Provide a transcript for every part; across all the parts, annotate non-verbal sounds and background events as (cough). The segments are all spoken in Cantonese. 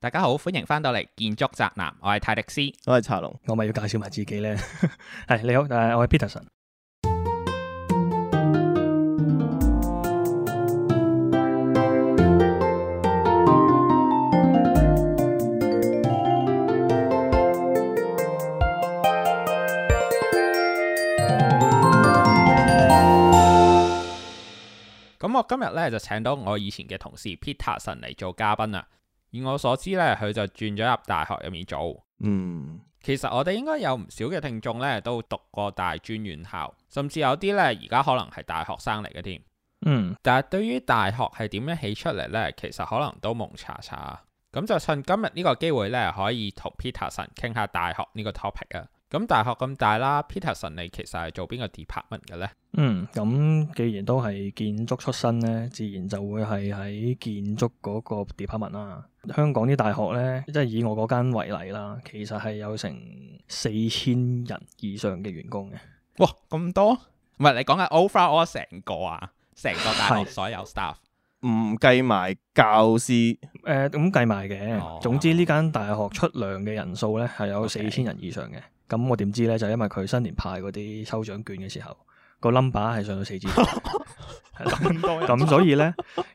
大家好，歡迎翻到嚟建築宅男，我係泰迪斯。我係茶龍，我咪要介紹埋自己咧。 (laughs) 係你好，誒，我係 Peterson。咁我今日咧就請到我以前嘅同事 Peterson 嚟做嘉賓啦。啊以我所知咧，佢就轉咗入大學入面做。嗯，其實我哋應該有唔少嘅聽眾咧都讀過大專院校，甚至有啲咧而家可能係大學生嚟嘅添。嗯，但係對於大學係點樣起出嚟呢？其實可能都蒙查查。咁就趁今日呢個機會呢，可以同 Peterson 傾下大學呢個 topic 啊。咁大學咁大啦，Peterson 你其實係做邊個 department 嘅呢？嗯，咁既然都係建築出身咧，自然就會係喺建築嗰個 department 啦。香港啲大學咧，即係以我嗰間為例啦，其實係有成四千人以上嘅員工嘅。哇，咁多？唔係你講緊 overall 成個啊，成個大學係所有 staff。唔計埋教師，誒呃咁計埋哦嘅，總之呢間大學出糧嘅人數咧係有 OK 四千人以上嘅。咁我點知咧？就因為佢新年派嗰啲抽獎券嘅時候，個 number 係上到 (laughs) 四千，咁多咁所以咧，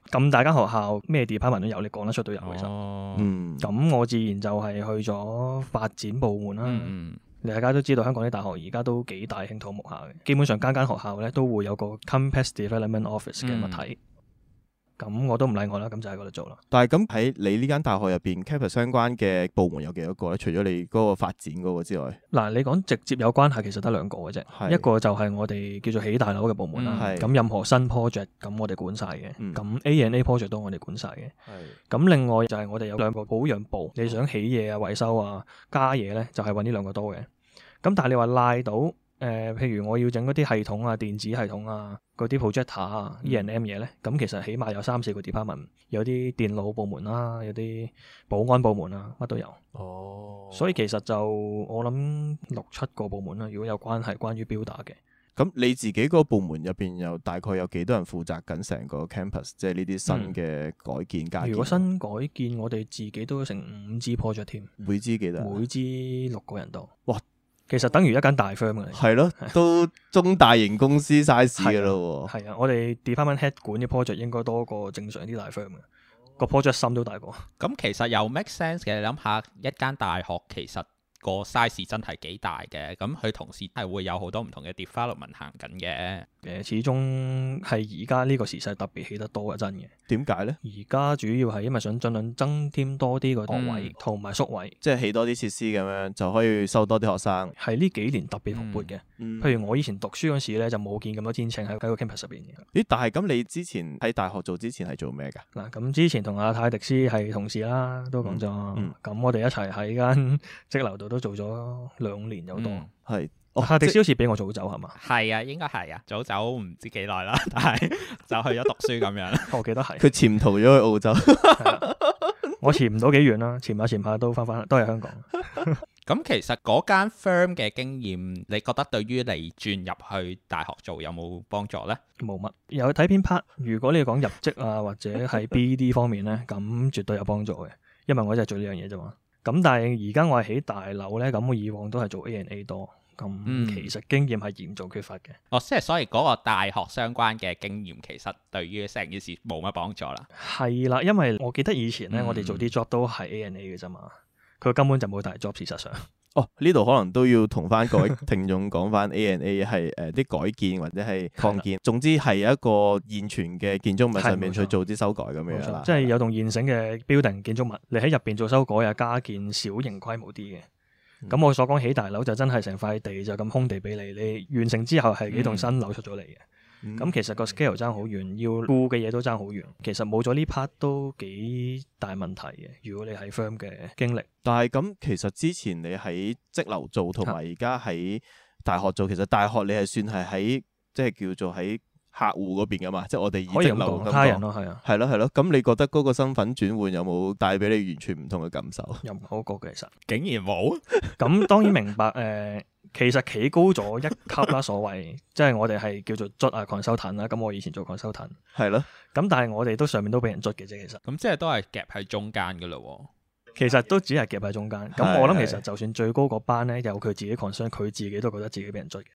咁大間學校咩 department 都有，你講得出都有其實。哦嗯，咁我自然就係去咗發展部門啦。嗯你大家都知道香港啲大學而家都幾大興土木下嘅，基本上間間學校咧都會有個 campus development office 嗯嘅物體。咁、我都唔例外啦，咁就喺嗰度做啦。但係咁喺你呢間大學入邊 campus 相關嘅部門有幾多個咧？除咗你嗰個發展嗰個之外，嗱，你講直接有關係，其實得兩個嘅係啫。一個就係我哋叫做起大樓嘅部門啦嗯。係咁任何新 project，咁我哋管晒嘅。嗯咁 A and A project 都我哋管晒嘅。係咁另外就係我哋有兩個保養部，你想起嘢啊、維修啊、加嘢咧，就係揾呢兩個多嘅。咁但係你話賴到誒、呃譬如我要整嗰啲系統啊、電子系統啊、嗰啲 projector 啊、E&M 嘢咧，咁其實起碼有三四個 department，有啲電腦部門啦、有啲保安部門啦、乜都有。哦所以其實就我諗六七個部門啦，如果有關係關於 builder 嘅，咁你自己個部門入邊有大概有幾多人負責緊成個 campus，即係呢啲新嘅改建加建？嗯如果新改建，我哋自己都有成五支 project 添，每支幾多人？每支六個人度。哇！其實等於一間大 firm 嘅嚟。係咯， (laughs) 都中大型公司 size 嘅咯喎。係啊，我哋 department head 管嘅 project 應該多過正常啲大 firm 嘅，個 project 心都大過。嗯，咁其實又 make sense 嘅。你諗下，一間大學其實個 size 真係幾大嘅，咁佢同時係會有好多唔同嘅 development 行緊嘅。誒，始終係而家呢個時勢特別起得多嘅啊真嘅。點解咧？而家主要係因為想盡量增添多啲個學位嗯同埋宿位，即係起多啲設施咁樣就可以收多啲學生。係呢幾年特別蓬勃嘅。嗯譬如我以前讀書嗰時咧，就冇見咁多天秤喺喺個 campus 入邊嘅。咦？但係咁你之前喺大學做之前係做咩㗎？嗱，咁之前同阿泰迪斯係同事啦，都講咗。咁、嗯我哋一齊喺間 (laughs) 職樓度都做咗兩年有多。嗯係泰迪哦即斯好似比我早走係嘛？係啊，應該係啊，早走唔知幾耐啦，但係 (laughs) 就去咗讀書咁樣。 (laughs) 哦我記得係。 (laughs) 佢潛逃咗去澳洲，係啦我潛唔到幾遠啦，潛下潛下都翻翻，都係香港。咁其實嗰間 firm 嘅經驗，你覺得對於你轉入去大學做有冇幫助呢？冇乜有睇篇 part。如果你講入職啊或者係 BD 方面咧，咁絕對有幫助嘅，因為我就係做呢樣嘢啫嘛。咁但係而家我係起大樓咧，咁我以往都係做 A and A 多，嗯咁其實經驗係嚴重缺乏嘅。哦，即係所以嗰個大學相關嘅經驗，其實對於成件事冇乜幫助啦。係啦，因為我記得以前咧，嗯我哋做啲 job 都係 A and A 嘅啫嘛，佢根本就冇大 job。事實上， (laughs) 哦，呢度可能都要同翻各位聽眾講翻 A N A 係誒啲改建或者係擴建，總之係一個現存嘅建築物上面係冇錯去做啲修改咁冇樣啦錯，。即係有棟現成嘅 building 建築物，你喺入邊做修改啊、加建、小型規模啲嘅。嗯咁、我所講起大樓就真係成塊地就咁空地俾你，你完成之後係幾棟新樓出咗嚟嘅。嗯咁、其實個 scale 爭好遠，要顧嘅嘢都爭好遠。其實冇咗呢 part 都幾大問題嘅。如果你喺 firm 嘅經歷，但係咁其實之前你喺職樓做同埋而家喺大學做，其實大學你係算係喺即係叫做喺客戶嗰邊噶嘛，即係我哋以可以職咁樓講，咁他人講。咯，係啊，係咯係咯，咁你覺得嗰個身份轉換有冇帶俾你完全唔同嘅感受？又唔好過嘅其實。竟然冇？咁當然明白誒、 (laughs) 呃其實企高咗一級啦，所謂即係我哋係叫做卒啊 consultant 啦。咁我以前做 consultant，係咯，咁但係我哋都上面都俾人卒嘅啫，其實。咁即係都係夾喺中間噶咯其實都只係夾喺中間。咁係我諗係其實就算最高嗰班咧，有佢自己 concern，佢自己都覺得自己俾人追嘅。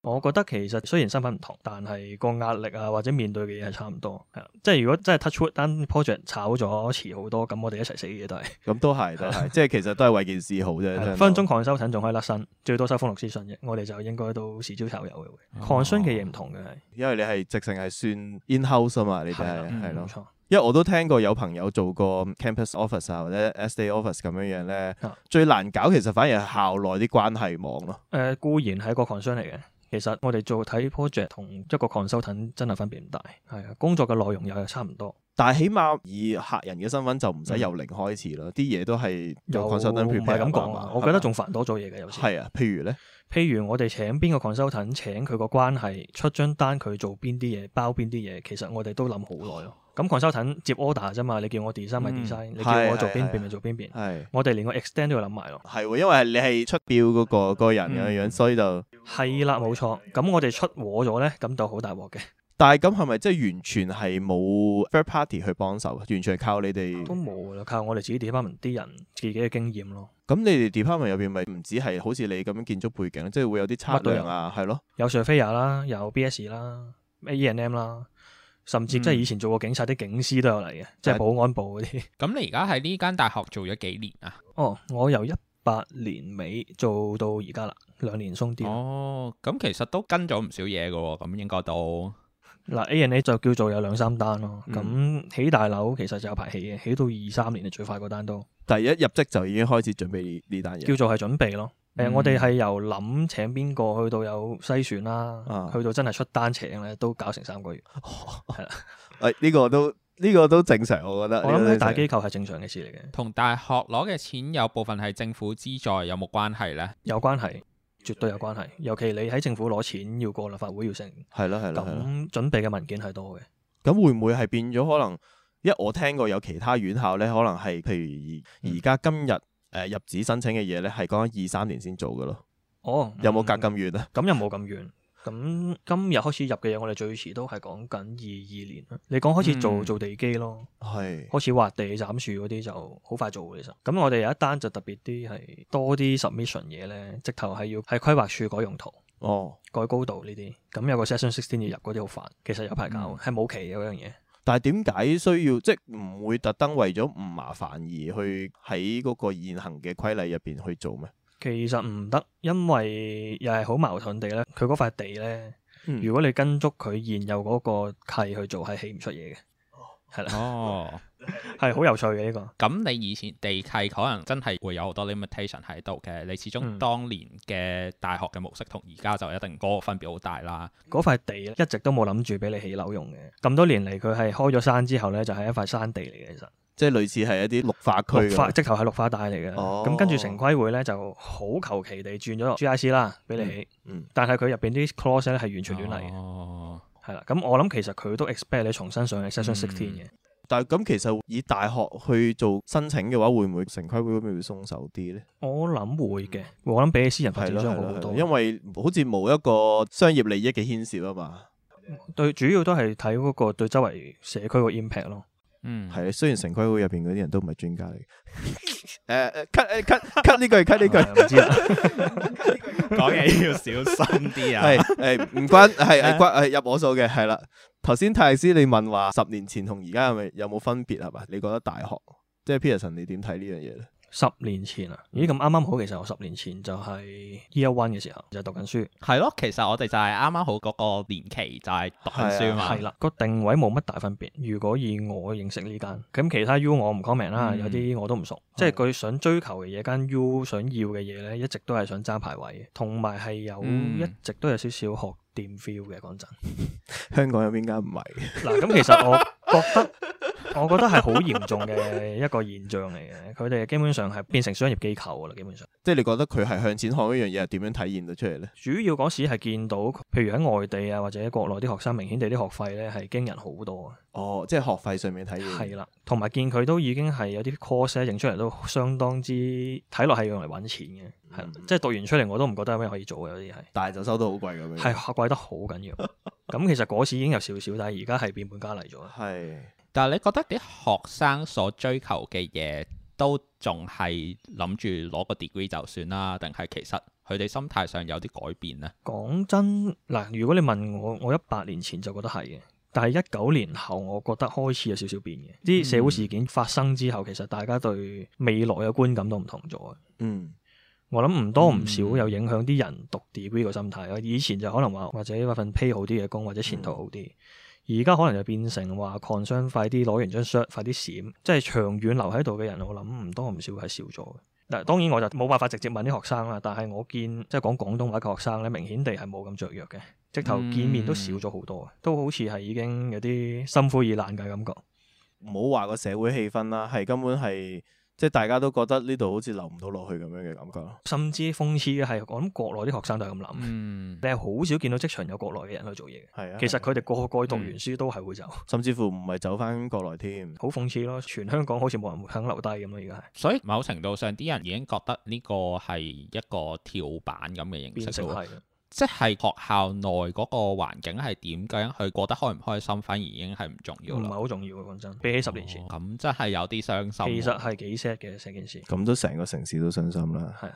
我覺得其實雖然身份唔同，但係個壓力啊或者面對嘅嘢係差唔多，係啦即係如果真係 touch wood 單 project 炒咗遲好多，咁我哋一齊死嘅都係。咁都係都係，即係其實都係為件事好啫。真係分分鐘 concern 仲可以甩身，最多收封律師信嘅，我哋就應該都時朝炒魷嘅會。concern 哦嘅嘢唔同嘅係，因為你係直情係算 in house 啊嘛，你哋係係嗯咯冇。錯。因為我都聽過有朋友做過 campus office 啊，或者 S day office 咁樣樣咧啊，最難搞其實反而係校內啲關係網咯。誒、呃固然係一個 concern 嚟嘅，其實我哋做睇 project 同一個 consultant 真係分別唔大，係啊，工作嘅內容又係差唔多，但係起碼以客人嘅身份就唔使由零開始咯，啲嘢都係做又嗯唔 consultant 係 prepare 咁講啊啊嘛，我覺得仲煩多咗嘢嘅有時。係啊，譬如咧，譬如我哋請邊個 consultant，請佢個關係，出張單佢做邊啲嘢，包邊啲嘢，其實我哋都諗好耐咯。咁 consultant 接 order 啫嘛，你叫我 design 咪嗯 design，你叫係我做係邊邊係咪做邊邊，係我哋連個 extend 都要諗埋咯。係喎，因為係你係出表嗰個嗰個人咁樣樣，嗯所以就。係啦，冇錯。咁我哋出和咗咧，咁就好大鑊嘅，但係咁係咪即係完全係冇 third party 去幫手，完全係靠你哋？都冇啦，靠我哋自己 department 啲人自己嘅經驗咯。咁你哋 department 入邊咪唔止係好似你咁樣建築背景，即係會有啲測量啊，係咯，有 surveyor 啦，有 BS 啦，A&M 啦，甚至即係以前做過警察啲警司都有嚟嘅，即係保安部嗰啲。咁你而家喺呢間大學做咗幾年啊？哦，我由一八年尾做到而家啦，兩年鬆啲啦。哦，咁其實都跟咗唔少嘢嘅喎，咁應該都嗱 A&A 就叫做有兩三單咯，咁、嗯起大樓其實就有排起嘅，起到二三年就最快嗰單都第一入職就已經開始準備呢呢單嘢 (laughs) 叫。做係準備咯。誒、嗯我哋係由諗請邊個去到有篩選啦，啊去到真係出單請咧，都搞成三個月。誒哎呢個都呢個都正常，我覺得。我諗啊呢個喺都大機正常構係正常嘅事嚟嘅，同大學攞嘅錢有部分係政府資助，有冇關係呢？有關係，絕對有關係。尤其你喺政府攞錢，要過立法會要成，係咯係咯係咯。咁準備嘅文件係多嘅。咁會唔會係變咗可能？因為我聽過有其他院校咧，可能係譬如嗯而而家今日誒、呃入紙申請嘅嘢咧，係講緊二三年先做嘅咯。哦，有冇隔嗯咁遠啊？咁又冇咁遠。咁今日開始入嘅嘢，我哋最遲都係講緊二二年啦。你講開始做、嗯做地基咯，係開始挖地斬樹嗰啲就好快做嘅其實。咁我哋有一單就特別啲係多啲 submission 嘢咧，直頭係要喺規劃處改用途、哦，改高度呢啲。咁有個 section sixteen 要入嗰啲好煩，其實有排搞，嗯係冇期嘅嗰樣嘢。但係點解需要即係唔會特登為咗唔麻煩而去喺嗰個現行嘅規例入邊去做咩？其實唔得，因為又係好矛盾地咧，佢嗰塊地咧，嗯如果你跟足佢現有嗰個契去做，係起唔出嘢嘅，係啦，哦，係好有趣嘅呢、(laughs) 個。咁你以前地契可能真係會有好多 limitation 喺度嘅，你始終嗯當年嘅大學嘅模式同而家就一定嗰個分別好大啦。嗰塊地咧一直都冇諗住俾你起樓用嘅，咁多年嚟佢係開咗山之後咧，就係一塊山地嚟嘅，其實即係類似係一啲綠化區綠化咁。直頭係綠化帶嚟嘅。哦咁、跟住城規會咧就好求其地轉咗落 GIC 啦，俾你起，嗯，但係佢入邊啲 clause 咧係完全亂嚟嘅，哦，係啦、咁我諗其實佢都 expect 你重新上去 section 嗯 sixteen 嘅。但係咁其實以大學去做申請嘅話，會唔會城規會嗰邊會鬆手啲咧？我諗會嘅，我諗比起私人發係展咯商係好咯好係多咯，，因為好似冇一個商業利益嘅牽涉啊嘛。對主要都係睇嗰個對周圍社區個 impact 咯。嗯，係，啊雖然城規會入邊嗰啲人都唔係專家 (laughs) 嚟。誒誒，cut 誒 cut cut 呢句 cut 呢句係唔知啊啦，講嘢要小心啲啊。係 (laughs) 誒唔關係啊係關係入我數嘅係啦。頭先泰斯你問話十年前同而家係咪有冇分別係嘛？你覺得大學即係 Peterson 你點睇呢樣嘢咧？ (laughs) 十年前啊，咦咁啱啱好，其實我十年前就係 Year One 嘅時候就讀緊書。係咯，其實我哋就係啱啱好嗰個年期就係讀緊書嘛。係啊啦，個定位冇乜大分別。如果以我認識呢間，咁其他 U 我唔 comment 啦，嗯有啲我都唔熟。即係佢想追求嘅嘢，間 U 想要嘅嘢咧，一直都係想爭排位嘅，同埋係有嗯一直都有少少學店 feel 嘅。講真，香港有邊間唔係？嗱咁其實 (laughs) 我覺得。我覺得係好嚴重嘅一個現象嚟嘅，佢哋基本上係變成商業機構㗎啦，基本上。即係你覺得佢係向錢看嗰樣嘢係點樣體現到出嚟咧？主要嗰時係見到，譬如喺外地啊或者國內啲學生，明顯地啲學費咧係驚人好多啊。哦，即係學費上面體現。係啦，同埋見佢都已經係有啲 course 咧，影出嚟都相當之睇落係用嚟揾錢嘅，係啦、嗯即係讀完出嚟我都唔覺得有咩可以做嘅，有啲係但係就收到好貴咁樣。係學貴得好緊要。咁其實嗰時已經有少少，但係而家係變本加厲咗。係但係你覺得啲學生所追求嘅嘢都仲係諗住攞個 degree 就算啦，定係其實佢哋心態上有啲改變呢？講真，嗱，如果你問我，我一八年前就覺得係嘅，但係一九年後，我覺得開始有少少變嘅。啲社會事件發生之後，其實大家對未來嘅觀感都唔同咗嘅。嗯，我諗唔多唔少嗯有影響啲人讀 degree 個心態咯。以前就可能話或者揾份 pay 好啲嘅工，或者前嗯途好啲。而家可能就變成話 concern 快啲攞完張 shot 快啲閃，即係長遠留喺度嘅人，我諗唔多唔少係少咗嘅。嗱，當然我就冇辦法直接問啲學生啦，但係我見即係講廣東話嘅學生咧，明顯地係冇咁雀躍嘅，直頭嗯見面都少咗好多，都好似係已經有啲心灰意冷嘅感覺。唔好話個社會氣氛啦，係根本係即係大家都覺得呢度好似留唔到落去咁樣嘅感覺咯。甚至諷刺嘅係，我諗國內啲學生都係咁諗，嗯你，係好少見到職場有國內嘅人去做嘢嘅。係啊，其實係啊佢哋個個讀完書都係會走，嗯甚至乎唔係走翻國內添。好諷刺咯！全香港好似冇人肯留低咁咯，而家係所以某程度上啲人已經覺得呢個係一個跳板咁嘅形變式成咯係啦即係學校內嗰個環境係點，究竟佢過得開唔開心，反而已經係唔重要唔係啦。好重要嘅講真，比起十年前，哦咁真係有啲傷心喎。其實係幾 sad 嘅成件事。咁都成個城市都傷心啦。係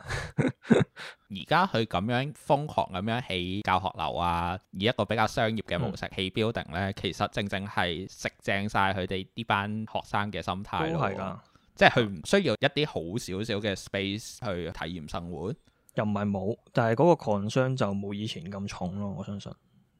而家佢咁樣瘋狂咁樣起教學樓啊，以一個比較商業嗯嘅模式起 building 咧，其實正正係食正晒佢哋呢班學生嘅心都態咯。係㗎，，即係佢唔需要一啲好少少嘅 space 去體驗生活。又唔係冇，但係嗰個 concern 就冇以前咁重咯。我相信，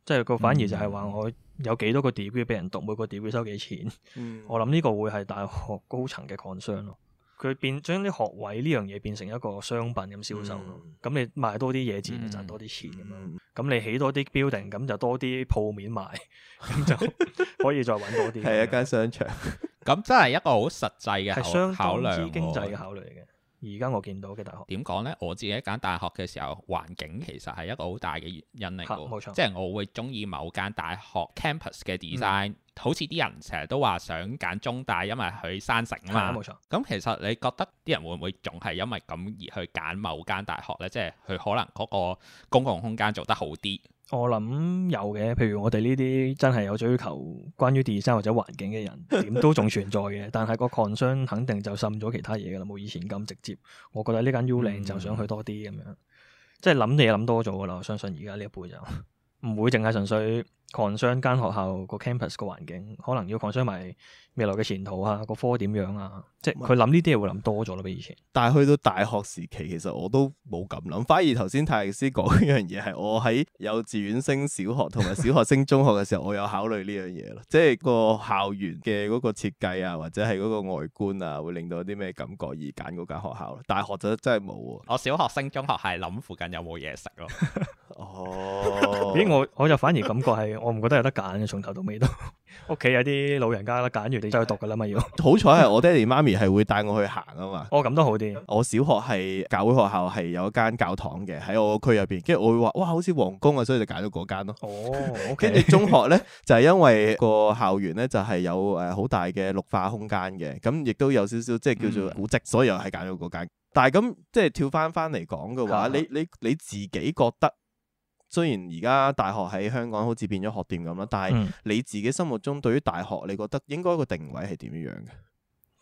即嗯係個反而就係話我有幾多個 degree 俾人讀，每個 degree 收幾錢。嗯我諗呢個會係大學高層嘅 concern 咯。佢變將啲學位呢樣嘢變成一個商品咁銷售咯嗯。咁、你賣多啲嘢自然嗯就賺多啲錢咁樣。咁你起多啲 building，咁就多啲鋪面賣， (laughs) 咁 (laughs) 就可以再揾多啲。啊係一間商場。 (laughs) 咁真係一個好實際嘅考係相考當量之經濟嘅喎。考慮嚟嘅。而家我見到嘅大學，點講呢？我自己揀大學嘅時候，環境其實係一個好大嘅原因嚟嚇嘅冇喎。錯嗯即係我會中意某間大學 campus 嘅 design，、好似啲人成日都話想揀中大，因為佢山城啊係啊嘛。冇錯，咁其實你覺得啲人會唔會仲係因為咁而去揀某間大學呢？即係佢可能嗰個公共空間做得好啲，我諗有嘅。譬如我哋呢啲真係有追求關於 design 或者環境嘅人，點都仲存在嘅。但係個 concern 肯定就滲咗其他嘢㗎啦，冇以前咁直接。我覺得呢間 U 靚就想去多啲咁樣，即係諗嘢諗多咗㗎啦。我相信而家呢一輩就唔會淨係純粹 concern 間學校個 campus 個環境，可能要 concern 埋未來嘅前途啊，個科點樣啊，即係佢諗呢啲嘢會諗多咗咯，比以前。但係去到大學時期，其實我都冇咁諗，反而頭先泰力斯講嗰樣嘢係我喺幼稚園升小學同埋小學升中學嘅時候，我有考慮呢樣嘢咯，即係個校園嘅嗰個設計啊，或者係嗰個外觀啊，會令到有啲咩感覺而揀嗰間學校咯。大學就真係冇喎。我小學升中學係諗附近有冇嘢食咯。 (laughs) 哦，咦，我我就反而感覺係，我唔覺得有得揀嘅，從頭到尾都 (laughs) 屋企有啲老人家啦，揀完你再讀噶啦嘛要。好彩係我爹哋媽咪係會帶我去行啊嘛。 (laughs) 哦，咁都好啲，我小學係教會學校係有一間教堂嘅喺我個區入邊，跟住我會話哇好似皇宮啊，所以就揀咗嗰間咯。哦，OK，跟住中學咧，就係因為個校園咧就係有誒好大嘅綠化空間嘅，咁亦都有少少即係叫做嗯古蹟，所以又係揀咗嗰間。但係咁即係跳翻翻嚟講嘅話，啊你你你自己覺得，雖然而家大學喺香港好似變咗學店咁啦，但係嗯，你自己心目中對於大學，你覺得應該個定位係點樣嘅？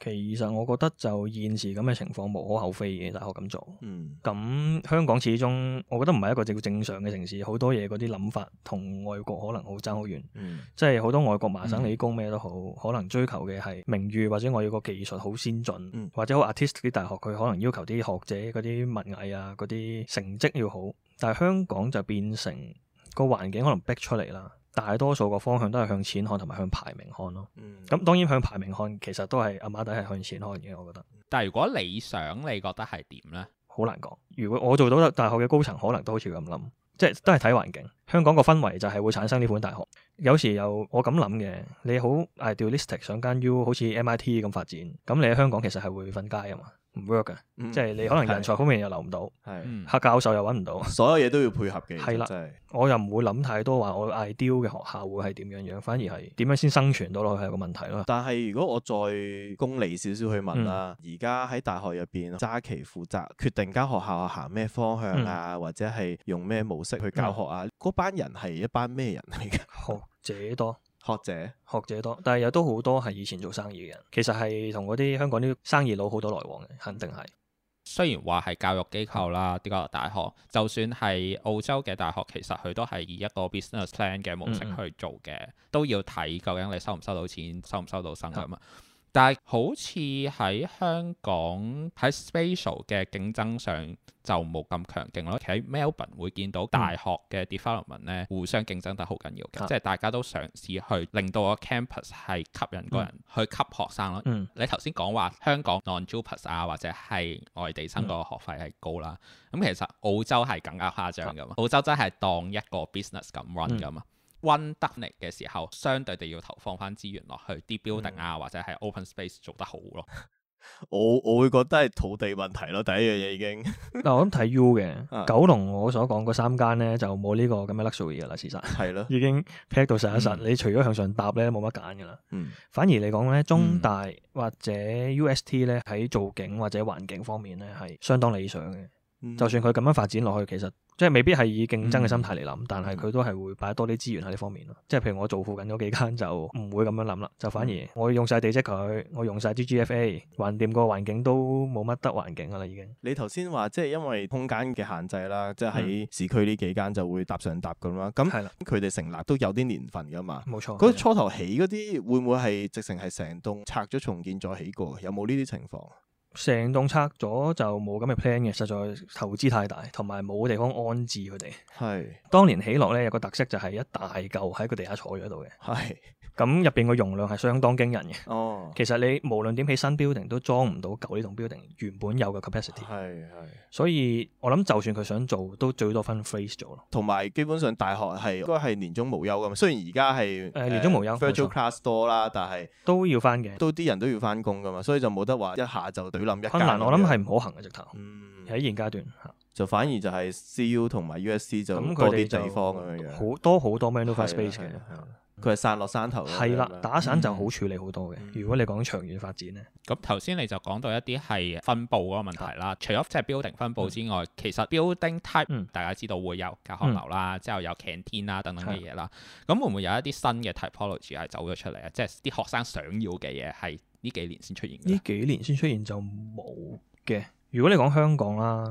其實我覺得就現時咁嘅情況無可厚非嘅，大學咁做。嗯咁香港始終，我覺得唔係一個正正常嘅城市，好多嘢嗰啲諗法同外國可能好爭好遠。嗯即係好多外國麻省嗯理工咩都好，可能追求嘅係名譽或者我要個技術好先進，嗯或者好 artist 啲大學佢可能要求啲學者嗰啲文藝啊嗰啲成績要好，但係香港就變成個環境可能逼出嚟啦，大多數個方向都係向錢看同埋向排名看咯。嗯咁當然向排名看其實都係阿媽底係向錢看嘅，我覺得但係如果理想，你覺得係點呢？好難講。如果我做到大學嘅高層，可能都好似咁諗，即係都係睇環境。香港個氛圍就係會產生呢款大學。有時又我咁諗嘅，你好 idealistic 想間 U 好似 MIT 咁發展，咁你喺香港其實係會瞓街噶嘛，唔 work 嘅，嗯即係你可能人才方面又留唔到，係嗯，黑教授又揾唔到。所有嘢都要配合嘅，係啦真係我又唔會諗太多話我 ideal 嘅學校會係點樣樣，反而係點樣先生存到落去係個問題咯。但係如果我再功利少少去嗯問啦，而家喺大學入邊揸旗負責決定間學校行咩方向嗯啊，或者係用咩模式去教學啊，嗰班人係一班咩人嚟嘅？學者多， (laughs) 學者學者多，但係又都好多係以前做生意嘅人，其實係同嗰啲香港啲生意佬好多來往嘅，肯定係。雖然話係教育機構啦，呢個大學，就算係澳洲嘅大學，其實佢都係以一個 business plan 嘅模式嗯嗯去做嘅，都要睇究竟你收唔收到錢，收唔收到啊生㗎嘛。但係好似喺香港喺 spatial 嘅競爭上就冇咁強勁咯。喺 Melbourne 會見到大學嘅 development 咧，互相競爭得好緊要嘅，嗯啊即係大家都嘗試去令到個 campus 係吸引個人、去吸學生咯。嗯你頭先講話香港 non-JUPAS 啊，或者係外地生個學費係高啦。咁、其實澳洲係更加誇張噶嘛，澳洲真係當一個 business 咁 run 噶嘛。run 得嚟嘅時候，相對地要投放翻資源落去啲 building 啊，或者係 open space 做得好咯。我我會覺得係土地問題咯，第一樣嘢已 (laughs) 經嗱，我諗睇 U 嘅啊九龍，我所講嗰三間咧就冇呢個咁嘅 luxury 噶啦，事實係咯， (laughs) 已經 pack 到實一實，嗯你除咗向上搭咧冇乜揀噶啦。嗯反而嚟講咧，中大或者 UST 咧喺造景或者環境方面咧係相當理想嘅。嗯就算佢咁樣發展落去，其實即係未必係以競爭嘅心態嚟諗，但係佢都係會擺多啲資源喺呢方面咯。即係譬如我做附近嗰幾間就唔會咁樣諗啦，就反而我用晒地積佢，我用晒啲 GFA，橫掂個環境都冇乜得環境噶啦已經。你頭先話即係因為空間嘅限制啦，即係喺市區呢幾間就會搭上搭咁啦。咁嗯係啦，哦啊佢哋成立都有啲年份噶嘛。冇錯。嗰初頭起嗰啲會唔會係直情係成棟拆咗重建再起過嘅？有冇呢啲情況？成棟拆咗就冇咁嘅 plan 嘅，實在投資太大，同埋冇地方安置佢哋。係當年起落咧有個特色就係一大嚿喺個地下坐咗喺度嘅， (laughs) 係咁入邊個容量係相當驚人嘅。哦，其實你無論點起新 building 都裝唔到舊呢棟 building 原本有嘅 capacity，係係。所以我諗就算佢想做，都最多分 phase 做咯。同埋基本上大學係應該係年終無休噶嘛，雖然而家係誒年終無休冇 virtual 錯 class 多啦，但係都要翻嘅，都啲人都要翻工噶嘛，所以就冇得話一下就懟冧一間咁樣。困難我諗係唔可行嘅直頭，嗯，喺現階段嚇。就反而就係 CU 同埋 USC 就咁多佢啲哋就地方咁樣樣。好多好多 manufacture 係啊 space 嘅係啊。係啊佢係散落山頭咁樣樣。係啦，打散就好處理好多嘅。嗯如果你講長遠發展咧，咁頭先你就講到一啲係分佈嗰個問題啦，除咗即係 building 分佈之外，其實 building type、嗯大家知道會有教學樓啦，之後有 canteen 啦等等嘅嘢啦，咁會唔會有一啲新嘅 typology 係走咗出嚟啊？即係啲學生想要嘅嘢係呢幾年先出現嘅呢咧。幾年先出現就冇嘅。如果你講香港啦，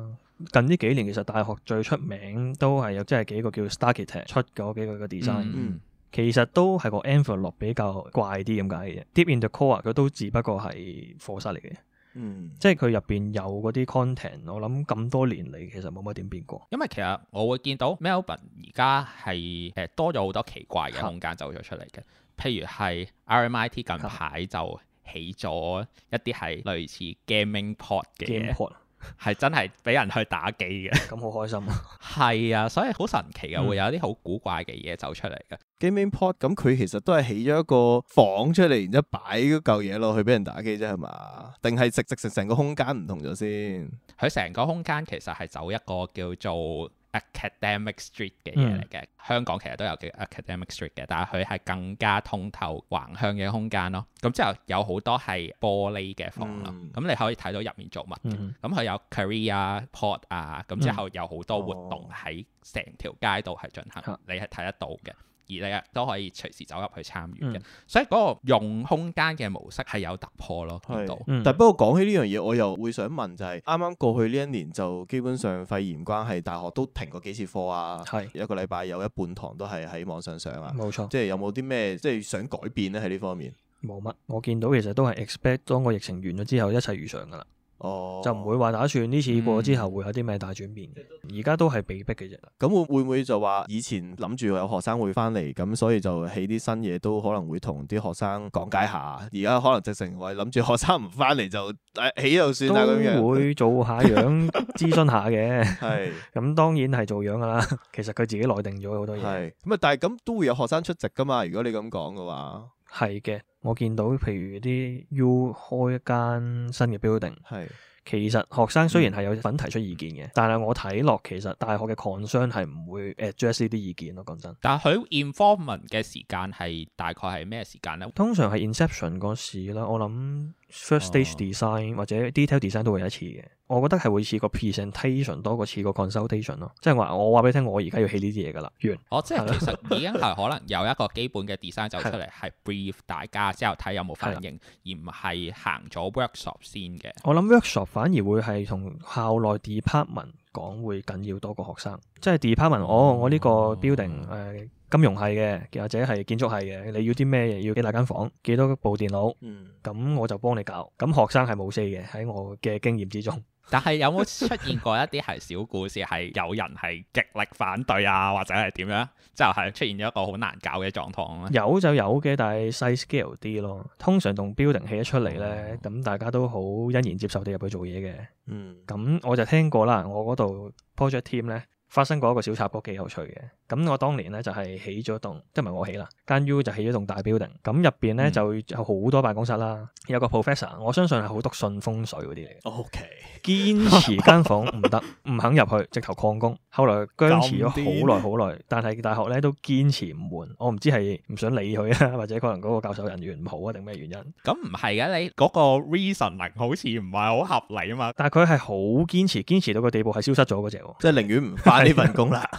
近呢幾年其實大學最出名都係有即係幾個叫 Starkitect 出嗰幾個嘅 design，、嗯其實都係個 envelope 比較怪啲咁解嘅啫。Deep in the core 啊佢都只不過係課室嚟嘅，嗯，即係佢入邊有嗰啲 content，我諗咁多年嚟其實冇乜點變過。因為其實我會見到 Melbourne 而家係誒多咗好多奇怪嘅空間走咗出嚟嘅，譬如係 RMIT 近排就起咗一啲係類似 gaming pod 嘅 Game 嘢， pod 係真係俾人去打機嘅。啊咁好開心 (laughs) 啊！係啊，所以好神奇嘅，嗯會有啲好古怪嘅嘢走出嚟嘅。 gaming pod 咁佢其實都係起咗一個房出嚟，然之後擺嗰嚿嘢落去俾人打機啫，係嘛？定係直直成成個空間唔同咗先？佢成個空間其實係走一個叫做 academic street 嘅嘢嚟嘅。香港其實都有叫 academic street 嘅，但係佢係更加通透橫向嘅空間咯。咁之後有好多係玻璃嘅房咯，嗯咁、你可以睇到入面做乜嘅。嗯咁佢有 career 啊 pod 啊，咁之嗯後有好多活動哦喺成條街度係進行嚇，你係睇得到嘅，而你亦都可以隨時走入去參與嘅嗯。所以嗰個用空間嘅模式係有突破咯，見到係。嗯但不過講起呢樣嘢，我又會想問就係啱啱過去呢一年就基本上肺炎關係，大學都停過幾次課啊，係嗯一個禮拜有一半堂都係喺網上上啊，冇錯，即係有冇啲咩即係想改變咧喺呢方面？冇乜。我見到其實都係 expect 當個疫情完咗之後一切如常噶啦。哦，嗯就唔會話打算呢次過之後會有啲咩大轉變。而家都係被逼嘅啫。咁會會唔會就話以前諗住有學生會翻嚟，咁所以就起啲新嘢都可能會同啲學生講解下。而家可能直情話諗住學生唔翻嚟就哎起就算啦咁都樣。會做下樣諮詢下 (laughs) 嘅，係咁當然係做樣噶啦。其實佢自己內定咗好多嘢，係咁啊！但係咁都會有學生出席噶嘛？如果你咁講嘅話，係嘅。我見到譬如啲 U 開一間新嘅 building，係其實學生雖然係有份提出意見嘅，但係我睇落其實大學嘅 concern 係唔會 address 呢啲意見咯。講真，但係佢 informant 嘅時間係大概係咩時間呢？通常係 inception 嗰時啦，我諗 first stage 哦 design 或者 detail design 都會有一次嘅。我覺得係會似個 presentation 多過似個 consultation 咯，即係話我話俾你聽，我而家要起呢啲嘢㗎啦，完。哦，即係其實已經係可能有一個基本嘅 design 走出嚟，係 brief 大家之後睇有冇反應，而唔係行咗 workshop 先嘅。我諗 workshop 反而會係同校內 department 講會緊要多過學生，即係 department 哦，我呢個 building 誒、金融系嘅，或者係建築系嘅，你要啲咩嘢？要幾大間房，幾多部電腦，嗯，咁我就幫你搞。咁學生係冇 say 嘅，喺我嘅經驗之中，但係有冇出現過一啲係小故事，係有人係極力反對啊，或者係點樣，就係出現咗一個好難搞嘅狀況啊咧？有就有嘅，但係細 scale 啲咯。通常同 building 起得出嚟呢，咁大家都好欣然接受地入去做嘢嘅。嗯，咁我就聽過啦，我嗰度 project team 咧發生過一個小插曲幾有趣嘅。咁我當年咧就係、起咗棟，即係唔係我起啦，間 U 就起咗棟大 building。咁入邊咧嗯就有好多辦公室啦，有個 professor，我相信係好篤信風水嗰啲嚟嘅， O K，堅持間房唔得，唔肯入去，直頭曠工。後來僵持咗咁好耐好耐，但係大學咧都堅持唔換。我唔知係唔想理佢啊，或 (laughs) 者可能嗰個教授人緣唔好啊，定咩原因？咁唔係嘅，你嗰個 reasoning 好似唔係好合理啊嘛。但係佢係好堅持，堅持到個地步係消失咗嗰只喎。即係寧願唔翻呢份工啦。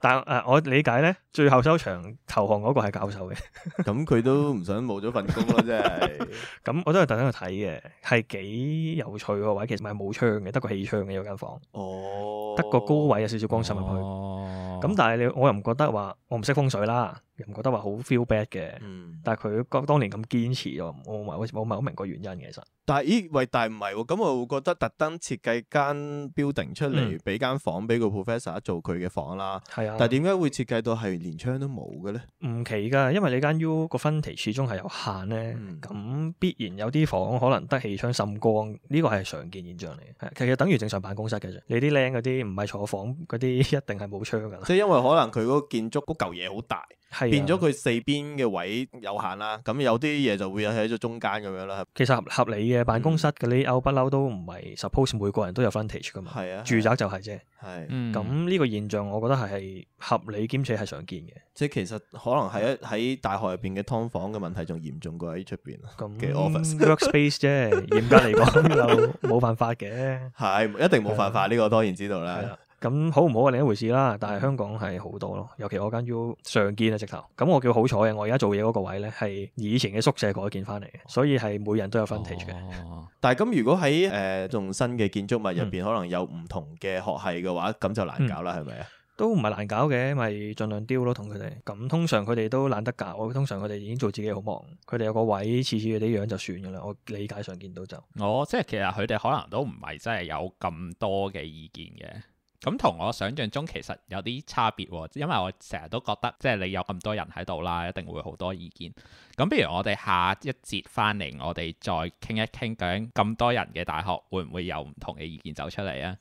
但誒、呃我理解咧，最後收場投降嗰個係教授嘅， (laughs) 咁佢都唔想冇咗份工咯，真係。咁我都係特登去睇嘅，係幾有趣個位，其實唔係冇窗嘅，得個氣窗嘅有間房， (laughs) 哦，得個高位有少少光滲入去。哦咁、但係你我又唔覺得話我唔識風水啦，又唔覺得話好 feel bad 嘅。嗯，但係佢當當年咁堅持，我我唔係我唔係好明個原因嘅，其實但係咦喂，但係唔係喎，咁我會覺得特登設計間 building 出嚟嗯，俾間房俾個 professor 做佢嘅房啦。係啊但係，點解會設計到係連窗都冇嘅咧？唔奇㗎，因為你間 U 個分期始終係有限咧嗯，咁、必然有啲房可能得氣窗滲光，呢個係常見現象嚟嘅。係其實等於正常辦公室嘅啫。你啲靚嗰啲唔係坐房嗰啲，一 (laughs) 定係冇窗㗎啦。即係因為可能佢嗰個建築嗰嚿嘢好大，係啊變咗佢四邊嘅位有限啦。咁有啲嘢就會喺咗中間咁樣啦。其實合合理嘅辦公室嘅 layout 不嬲都唔係 suppose 每個人都有 frontage 㗎嘛。嗯係啊，住宅就係啫。係。嗯咁呢個現象，我覺得係合理兼且係常見嘅。即係其實可能喺喺大學入邊嘅劏房嘅問題仲嚴重過喺出邊啊，咁嘅 office (laughs) workspace 啫，嚴格嚟講又冇辦法嘅。係一定冇犯法呢個當然知道係啦啦。咁好唔好係另一回事啦，但係香港係好多咯，尤其我間 U 常見啊直頭。咁我叫好彩嘅，我而家做嘢嗰個位咧係以前嘅宿舍改建翻嚟嘅，所以係每人都有 frontage 嘅。哦但係咁如果喺誒仲新嘅建築物入邊，可能有唔同嘅學系嘅話，咁就難搞啦，係咪啊？都唔係難搞嘅，咪盡量丟咯同佢哋。咁通常佢哋都懶得搞，通常佢哋已經做自己好忙，佢哋有個位次次佢哋樣就算噶啦。我理解上見到就我即係其實佢哋可能都唔係真係有咁多嘅意見嘅。咁同我想象中其實有啲差別喎，因為我成日都覺得即係你有咁多人喺度啦，一定會好多意見。咁不如我哋下一節翻嚟，我哋再傾一傾究竟咁多人嘅大學會唔會有唔同嘅意見走出嚟啊？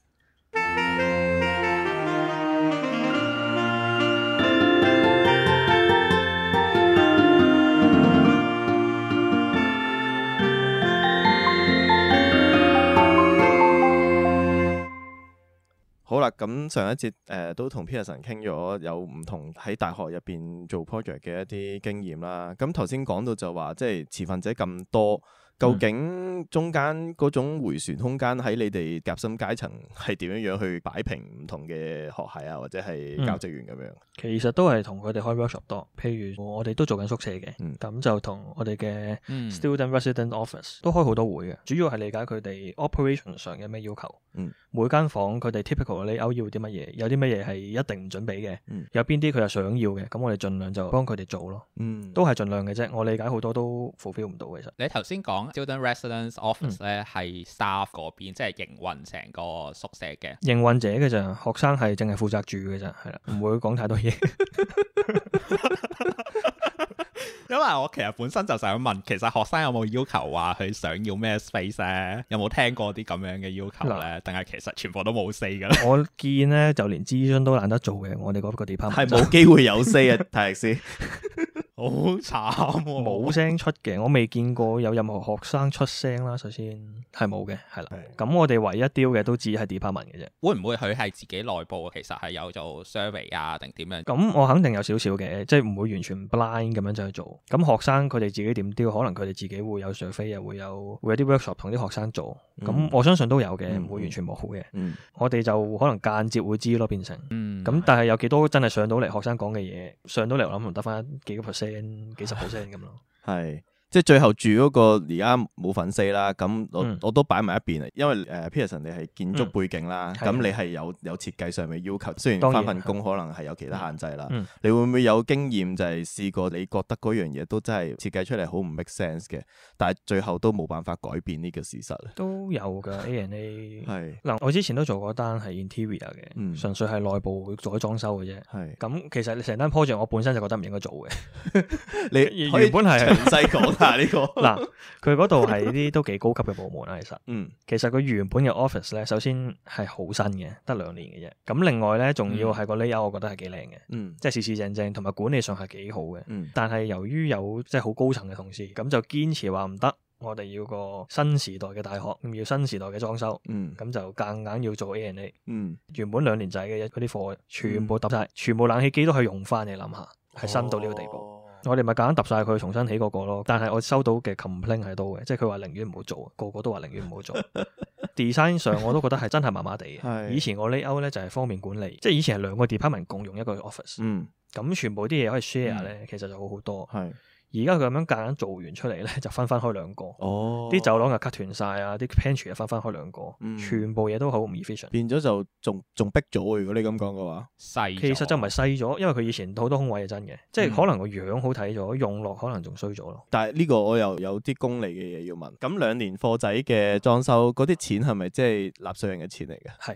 好啦，咁上一節誒、呃都同 Peterson 傾咗有唔同喺大學入邊做 project 嘅一啲經驗啦。咁頭先講到就話，即係持份者咁多，究竟中間嗰種回旋空間喺你哋夾心階層係點樣樣去擺平唔同嘅學系啊，或者係教職員咁樣？其實都係同佢哋開 workshop 多。譬如我哋都做緊宿舍嘅，嗯咁、就同我哋嘅嗯 student resident office 都開好多會嘅。主要係理解佢哋 operation 上有咩要求，嗯每間房佢哋 typical 你 out 要啲乜嘢，有啲乜嘢係一定唔準備嘅，嗯有邊啲佢係想要嘅，咁我哋盡量就幫佢哋做咯。嗯都係盡量嘅啫。我理解好多都 fulfill 唔到嘅，其實你頭先講 student residence office 咧係 staff 嗰邊，即係營運成個宿舍嘅。營運者嘅咋，學生係淨係負責住嘅咋，係啦，唔會講太多嘢。因為我其實本身就想問，其實學生有冇要求話佢想要咩 space 咧？有冇聽過啲咁樣嘅要求咧？定係其實全部都冇 say 嘅咧？我見咧就連諮詢都懶得做嘅，我哋嗰個 department 係冇機會有 say 啊，泰力斯。 (laughs) 好慘喎，冇聲出嘅，我未見過有任何學生出聲啦。首先係冇嘅，係啦。係咁我哋唯一丟嘅都只係 department 嘅啫。會唔會佢係自己內部其實係有做 survey 啊定點樣？咁我肯定有少少嘅，即係唔會完全 blind 咁樣就去做。咁學生佢哋自己點丟，可能佢哋自己會有 survey 啊，會有會有啲 workshop 同啲學生做。咁、嗯我相信都有嘅，嗯唔會完全冇嘅。嗯，我哋就可能間接會知咯，變成。嗯，咁但係有幾多真係上到嚟學生講嘅嘢，上到嚟我諗可能得翻幾個 percent、幾十 percent 咁 (laughs) 咯。係。即係最後住嗰個而家冇粉絲啦，咁我、嗯我都擺埋一邊啊，因為誒、呃 Peterson 你係建築嗯背景啦，係咁、你係有有設計上面要求，雖然當然翻份工可能係有其他限制啦，嗯你會唔會有經驗就係試過你覺得嗰樣嘢都真係設計出嚟好唔 make sense 嘅，但係最後都冇辦法改變呢個事實咧？都有㗎 A and A。係嗱，我之前都做過單係 interior 嘅，嗯純粹係內部做咗裝修嘅啫。 (laughs) 係，咁其實成單 project 我本身就覺得唔應該 (laughs) 做嘅。你原可以本係詳細講下呢 (laughs) 個嗱，佢嗰度係啲都幾高級嘅部門啦，啊其實。嗯其實佢原本嘅 office 咧，首先係好新嘅，得兩年嘅啫。咁另外咧，仲要係個 layout，我覺得係幾靚嘅，嗯即係四四正正，同埋管理上係幾好嘅。嗯但係由於有即係好高層嘅同事，咁就堅持話唔得，我哋要個新時代嘅大學，唔要新時代嘅裝修，嗯咁就夾硬要做 A and A。嗯，原本兩年仔嘅嗰啲貨，全部揼晒，全部冷氣機都可以用翻，你諗下，係新到呢個地步。哦。我哋咪夾硬揼晒佢，重新起過個咯。但係我收到嘅 complain 係都嘅，即係佢話寧願唔好做，啊個個都話寧願唔好 (laughs) 做。design 上我都覺得係真係麻麻地係嘅。以前我 layout 咧就係方便管理，即係以前係兩個 department 共用一個 office，嗯，咁全部啲嘢可以 share 咧，其實就好好多。係，而家佢咁樣夾硬做完出嚟咧，就分翻開兩個，哦，啲走廊又 cut 斷晒啊，啲 pantry 又分翻開兩個嗯，全部嘢都好唔 efficient。變咗就仲仲逼咗喎。如果你咁講嘅話，細咗其實就唔係細咗，因為佢以前好多空位係真嘅，即嗯係可能個樣好睇咗，用落可能仲衰咗咯。但係呢個我又有啲功利嘅嘢要問。咁兩年貨仔嘅裝修嗰啲錢係咪即係納税人嘅錢嚟嘅？係。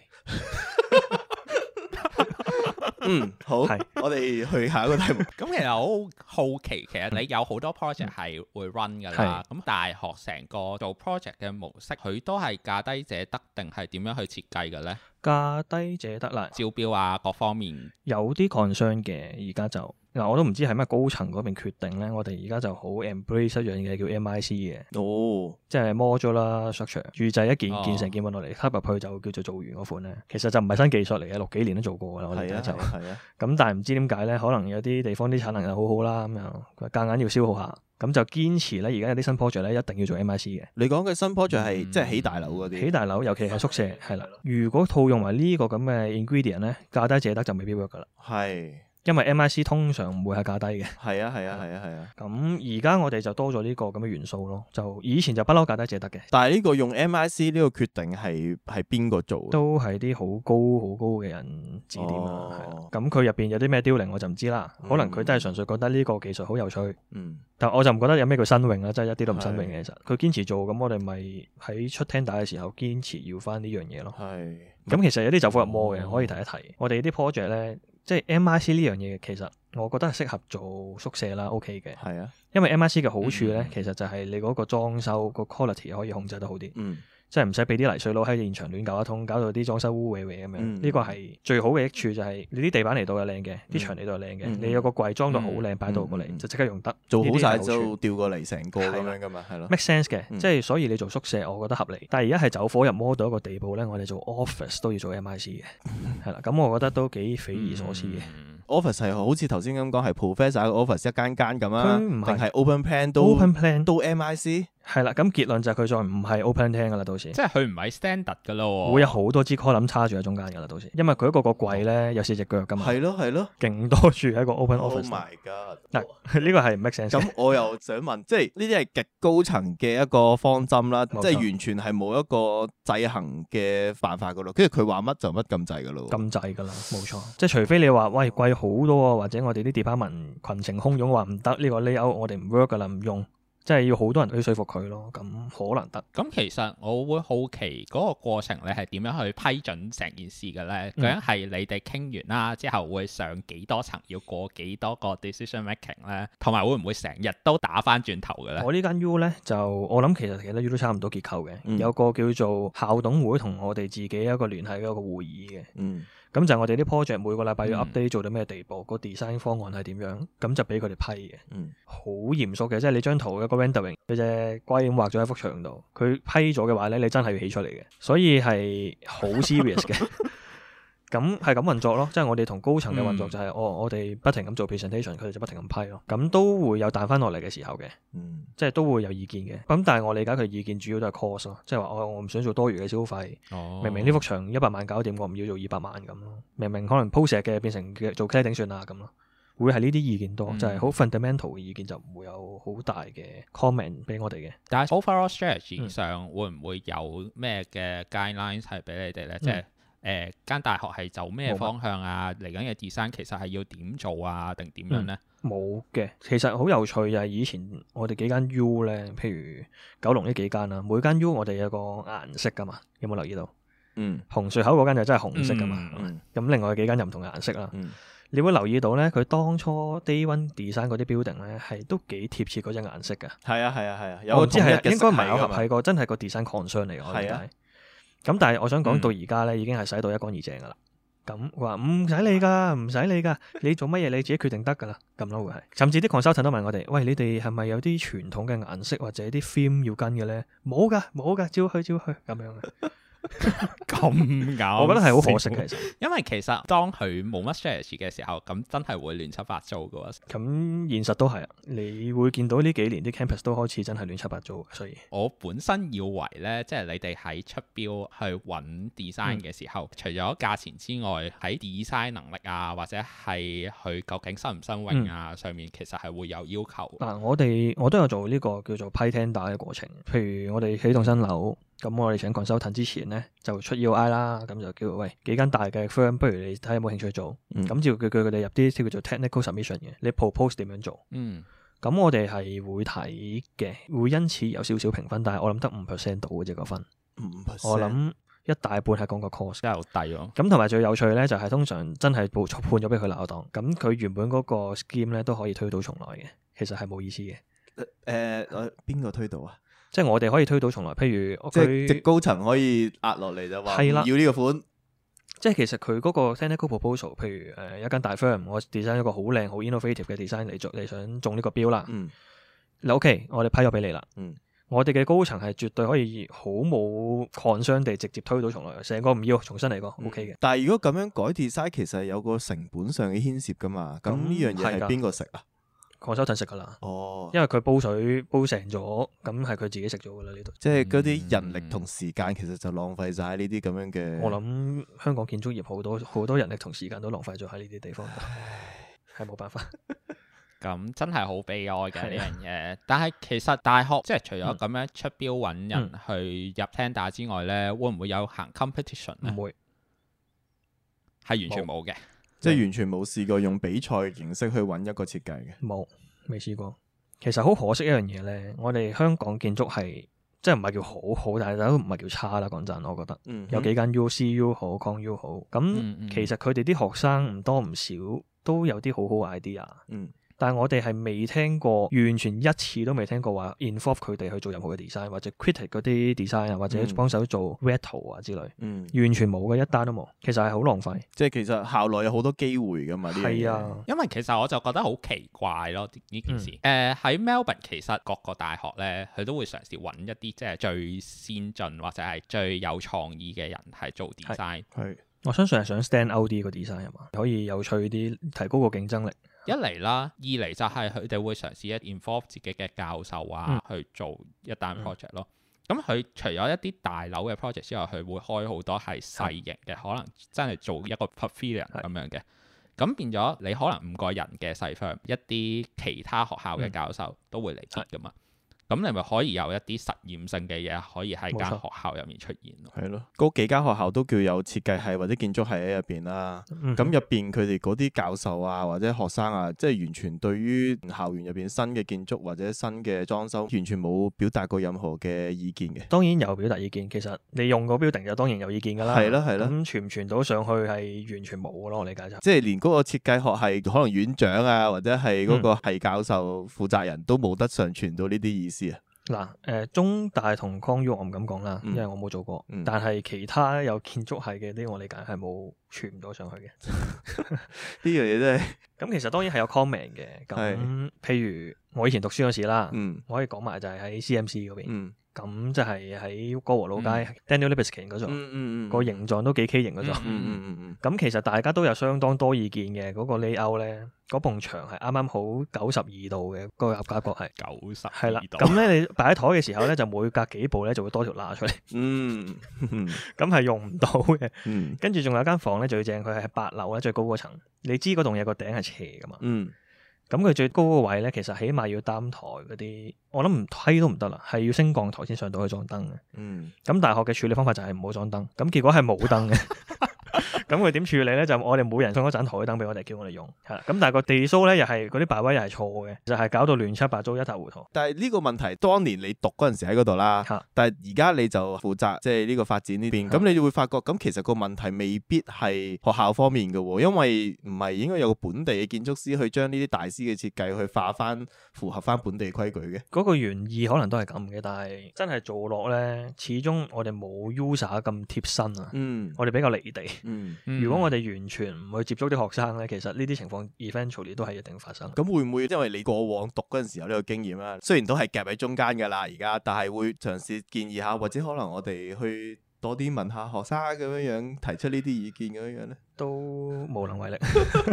嗯，好，係我哋去下一個題目。咁其實我好好奇，其實你有好多嗯 project 係會 run 㗎啦。咁大學成個做 project 嘅模式，佢都係價低者得定係點樣去設計嘅呢？價低者得啦，招標啊，各方面有啲 concern 嘅，而家就嗱我都唔知係咩高層嗰邊決定咧，我哋而家就好 embrace 一樣嘢叫 MIC 嘅， (laughs) 哦，即係 modular structure，預製一件哦件成件運落嚟，吸入去就叫做做完嗰款咧。其實就唔係新技術嚟嘅，六幾年都做過噶啦，我哋而係家啊，就係啊係啊，咁，但係唔知點解咧，可能有啲地方啲產能又好好啦，咁樣夾硬要消耗下，咁就堅持咧。而家有啲新 project 咧，一定要做 MIC 嘅，你講嘅新 project 係嗯即係起大樓嗰啲，起大樓，尤其係宿舍係啦。如果套用埋呢個咁嘅 ingredient 咧，價低者得就未必 work 噶啦，係因為 MIC 通常唔會係價低嘅。係啊係啊係啊係啊。咁而家我哋就多咗呢個咁嘅元素咯，就以前就不嬲價低者得嘅，但係呢個用 MIC 呢個決定係係邊個做嘅？都係啲好高好高嘅人指點啦，係啦、哦咁佢入邊有啲咩凋零我就唔知啦，可能佢嗯都係純粹覺得呢個技術好有趣，嗯，但我就唔覺得有咩叫新穎啦，真係一啲都唔新穎係嘅。其實佢堅持做，咁我哋咪喺出聽打嘅時候堅持要翻呢樣嘢咯。係咁其實有啲走火入魔嘅，哦可以提一提。我哋啲 project 咧，即係 MIC 呢樣嘢，其實我覺得係適合做宿舍啦，OK 嘅。係啊，因為 MIC 嘅好處咧，嗯其實就係你嗰個裝修個 quality 可以控制得好啲，嗯即係唔使俾啲泥水佬喺現場亂搞一通，搞到啲裝修污穢穢咁樣。嗯呢個係最好嘅益處就係你啲地板嚟到又靚嘅，嗯啲牆嚟到又靚嘅，嗯你有個櫃裝到好靚，擺到過嗯嗯嚟嗯就即刻用得，做好晒呢啲係就好處調過嚟成個咁係啦樣噶嘛，係咯。 make sense 嘅，嗯即係所以你做宿舍，我覺得合理。但係而家係走火入魔到一個地步咧，我哋做 office 都要 (laughs) 做 MIC 嘅，係啦，咁我覺得都幾匪夷所思嘅。嗯 office 係好似頭先咁講係 professor 嘅 office 一間間咁啊，佢唔定係係 open plan 都 Open plan 都 MIC？係啦，咁結論就係佢再唔係 open plan 噶啦，到時。即係佢唔係 standard 㗎哦咯喎。會有啊好多支 column 叉住喺中間㗎啦，到時，因為佢一個個櫃咧有四隻腳㗎嘛，哦係咯係咯。勁多住喺個啊 open Oh office 度。 my god！嗱， (laughs) 呢個係唔 make sense 嘅。咁我又想問，即係呢啲係極高層嘅一個方針啦，即冇錯係完全係冇一個制衡嘅辦法噶咯。跟住佢話乜就乜咁滯噶咯。咁滯㗎啦，冇錯。即係除非你話喂貴好多啊，或者我哋啲 department 群情洶湧話唔得呢個 layout，我哋唔 work 㗎啦，唔用，即係要好多人去說服佢咯。咁可能得。咁其實我會好奇嗰個過程，你係點樣去批准成件事嘅咧？究嗯竟係你哋傾完啦之後會上幾多層，要過幾多個 decision making 咧？同埋會唔會成日都打翻轉頭嘅咧？我呢間 U 咧就我諗其實其他 U 都差唔多結構嘅，嗯有個叫做校董會同我哋自己一個聯繫嘅一個會議嘅。嗯咁就係我哋啲 project 每個禮拜嗯要 update 做到咩地步，個 design 方案係點樣，咁就俾佢哋批嘅。嗯好嚴肅嘅，即係你張圖有個 rendering，佢隻龜咁畫咗喺幅牆度，佢批咗嘅話咧，你真係要起出嚟嘅，所以係好 serious 嘅。咁係咁運作咯，即係我哋同高層嘅運作嗯就係、哦，我哋不停咁做 presentation，佢哋就不停咁批咯，咁都會有彈翻落嚟嘅時候嘅，嗯即係都會有意見嘅。咁但係我理解佢意見主要都係 cost 咯，即係話哦，我唔想做多餘嘅消費，哦，明明呢幅牆一百萬搞掂，我唔要做二百萬咁咯。明明可能鋪石嘅變成嘅做 cladding 算啦咁咯。會係呢啲意見多，嗯就係好 fundamental 嘅意見就唔會有好大嘅 comment 俾我哋嘅。但係 overall strategy 嗯上會唔會有咩嘅 guidelines 係俾你哋咧？即係誒間大學係就咩嗯冇乜方向啊？嚟緊嘅 design 其實係要點做啊？定點樣嗯咧？冇嘅，其實好有趣就係以前我哋幾間 U 咧，譬如九龍呢幾間啦，每間 U 我哋有個顏色噶嘛，有冇留意到？嗯紅隧口嗰間就真係紅色噶嘛，咁、嗯另外幾間就唔同顏色啦。嗯你會留意到咧，佢當初 Day One Design 嗰啲 building 咧係都幾貼切嗰隻顏色㗎。係啊係啊係啊，有我個唔知統一係嘅應該唔色係系有㗎合嘛係個真係個 design concern 嚟嘅，我理係啊解。咁但係我想講嗯到而家咧，已經係使到一乾二淨噶啦。咁話唔使理㗎，唔使理㗎，你做乜嘢你自己決定得㗎啦。咁咯會係，甚至啲 consultant 都問我哋：，喂，你哋係咪有啲傳統嘅顏色或者啲 film 要跟嘅咧？冇㗎，冇㗎，照去照去咁樣嘅。咁搞啊我覺得係好可惜啊笑嘅，其實。因為其實當佢冇乜 strategy 嘅時候，咁真係會亂七八糟嘅喎。咁現實都係啊，你會見到呢幾年啲 campus 都開始真係亂七八糟嘅，所以。我本身以為咧，即係你哋喺出標去揾 design 嗯嘅時候，除咗價錢之外，喺 design 能力啊，或者係佢究竟新唔新穎嗯啊，上面其實係會有要求。嗱，我哋我都有做呢個叫做批 tender 嘅過程。譬如我哋起棟新樓，咁我哋請 consultant 之前咧就出 UI 啦，咁就叫喂幾間大嘅 firm，不如你睇下有冇興趣做。嗯咁就叫佢佢哋入啲叫做 technical submission 嘅，你 propose 點樣做？嗯，咁我哋係會睇嘅，會因此有少少評分，但係我諗得五 percent 到嘅啫個分。五 percent 我諗一大半係講個 cost。真係好低咯。咁同埋最有趣咧，就係通常真係報判咗俾佢鬧檔，咁佢原本嗰個 scheme 咧都可以推倒重來嘅，其實係冇意思嘅。誒誒邊個推到啊？即係我哋可以推倒重來，譬如哦即係直佢高層可以壓落嚟就話係啦唔要呢個款，即係其實佢嗰個 technical proposal，譬如誒、呃、一間大 firm，我 design 一個好靚好 innovative 嘅 design 嚟做，你想中呢個標啦，嗯你 OK，我哋批咗俾你啦。嗯我哋嘅高層係絕對可以好冇 concern 地直接推倒重來，成個唔要，重新嚟過，OK 嘅。嗯但係如果咁樣改 design，其實有個成本上嘅牽涉噶嘛。咁咁呢樣嘢嗯係係㗎邊個食啊？ consultant 食噶啦，哦，因為佢煲水煲成咗，咁係佢自己食咗噶啦呢度。即係嗰嗯啲人力同時間其實就浪費晒喺呢啲咁樣嘅。我諗香港建築業好多好多人力同時間都浪費咗喺呢啲地方度，係冇辦法。咁真係好悲哀嘅係呢啊樣嘢。但係其實大學即係除咗咁樣出標揾人嗯去入 tender 之外咧，會唔會有行 competition 咧？唔會，係完全冇嘅。即係完全冇試過用比賽嘅形式去揾一個設計嘅。冇，未試過。其實好可惜一樣嘢咧，我哋香港建築係即係唔係叫好好，但係都唔係叫差啦。講真，我覺得嗯有幾間 U、CU 好、ConU 好，嗯嗯咁其實佢哋啲學生唔多唔少都有啲好好 idea，嗯但係我哋係未聽過，完全一次都未聽過話 involve 佢哋去做任何嘅 design，或者 critic 嗰啲 design 啊，或者嗯幫手做 r e t o 啊之類，嗯，完全冇嘅，一單都冇。其實係好浪費。即係其實校內有好多機會噶嘛。呢樣嘢係，啊，因為其實我就覺得好奇怪咯呢呢件事。誒呃喺、Melbourne 其實各個大學咧，佢都會嘗試揾一啲即係最先進或者係最有創意嘅人係做 design。係我相信係想 stand out 啲個 design 係嘛，可以有趣啲，提高個競爭力。一嚟啦，二嚟就係佢哋會嘗試一 involve 自己嘅教授啊，去做一單嗯 project 咯。咁佢除咗一啲大樓嘅 project 之外，佢會開好多係細型嘅，可能真係做一個 pavilion 係咁樣嘅。咁變咗你可能五個人嘅細 firm，一啲其他學校嘅嗯教授都會嚟接噶嘛。咁你咪可以有一啲實驗性嘅嘢可以喺冇間錯學校入面出現咯。係咯，嗰幾間學校都叫有設計系或者建築系喺入邊啦。嗯咁入邊佢哋嗰啲教授啊，或者學生啊，即係完全對於校園入邊新嘅建築或者新嘅裝修，完全冇表達過任何嘅意見嘅。當然有表達意見，其實你用個 building 就當然有意見㗎啦。係啦係啦咁傳唔傳到上去係完全冇㗎咯，我理解就。即係連嗰個設計學系可能院長啊，或者係嗰個系教授負責人都冇得上傳到呢啲意思啊。嗱，誒、中大同 con U 我唔敢講啦，嗯因為我冇做過。嗯但係其他有建築系嘅呢，我理解係冇傳唔到上去嘅。呢樣嘢真係，咁其實當然係有 comment 嘅。咁係譬如我以前讀書嗰時啦，嗯我可以講埋就係喺 CMC 嗰邊，嗯咁就係喺歌和老街嗯 Daniel Libeskind 嗰度，嗯嗯個形狀都幾畸形嗰度。嗯嗯嗯咁其實大家都有相當多意見嘅，嗰、個 layout 咧，嗰埲牆係啱啱好九十二度嘅，個鴨架角係九十係啦。度，咁咧你擺喺台嘅時候咧，就每隔幾步咧就會多條罅出嚟， (laughs) 嗯嗯咁係用唔到嘅。嗯跟住仲有間房咧最正，佢係八樓咧最高嗰層，你知嗰棟嘢個頂係斜噶嘛？嗯咁佢最高個位咧，其實起碼要擔台嗰啲，我諗唔梯都唔得啦，係要升降台先上到去裝燈嘅。嗯咁大學嘅處理方法就係唔好裝燈，咁結果係冇燈嘅。 (laughs) 咁佢點處理咧？就我哋每人送一盞台燈俾我哋，叫我哋用。係啦，咁但係個地蘇咧又係嗰啲擺位又係錯嘅，就係、搞到亂七八糟一塌糊塗。但係呢個問題，當年你讀嗰陣時喺嗰度啦嚇，但係而家你就負責即係呢個發展呢邊，嚇咁你就會發覺，咁其實個問題未必係學校方面嘅喎，因為唔係應該有個本地嘅建築師去將呢啲大師嘅設計去化翻符合翻本地規矩嘅。嗰個原意可能都係咁嘅，但係真係做落咧，始終我哋冇 user 咁貼身啊，嗯我哋比較離地。嗯，嗯如果我哋完全唔去接觸啲學生咧，其實呢啲情況 eventually 都係一定發生。咁會唔會因為你過往讀嗰陣時有呢個經驗啦？雖然都係夾喺中間㗎啦，而家，但係會嘗試建議下，或者可能我哋去多啲問下學生咁樣樣，提出呢啲意見咁樣樣咧。都無能為力。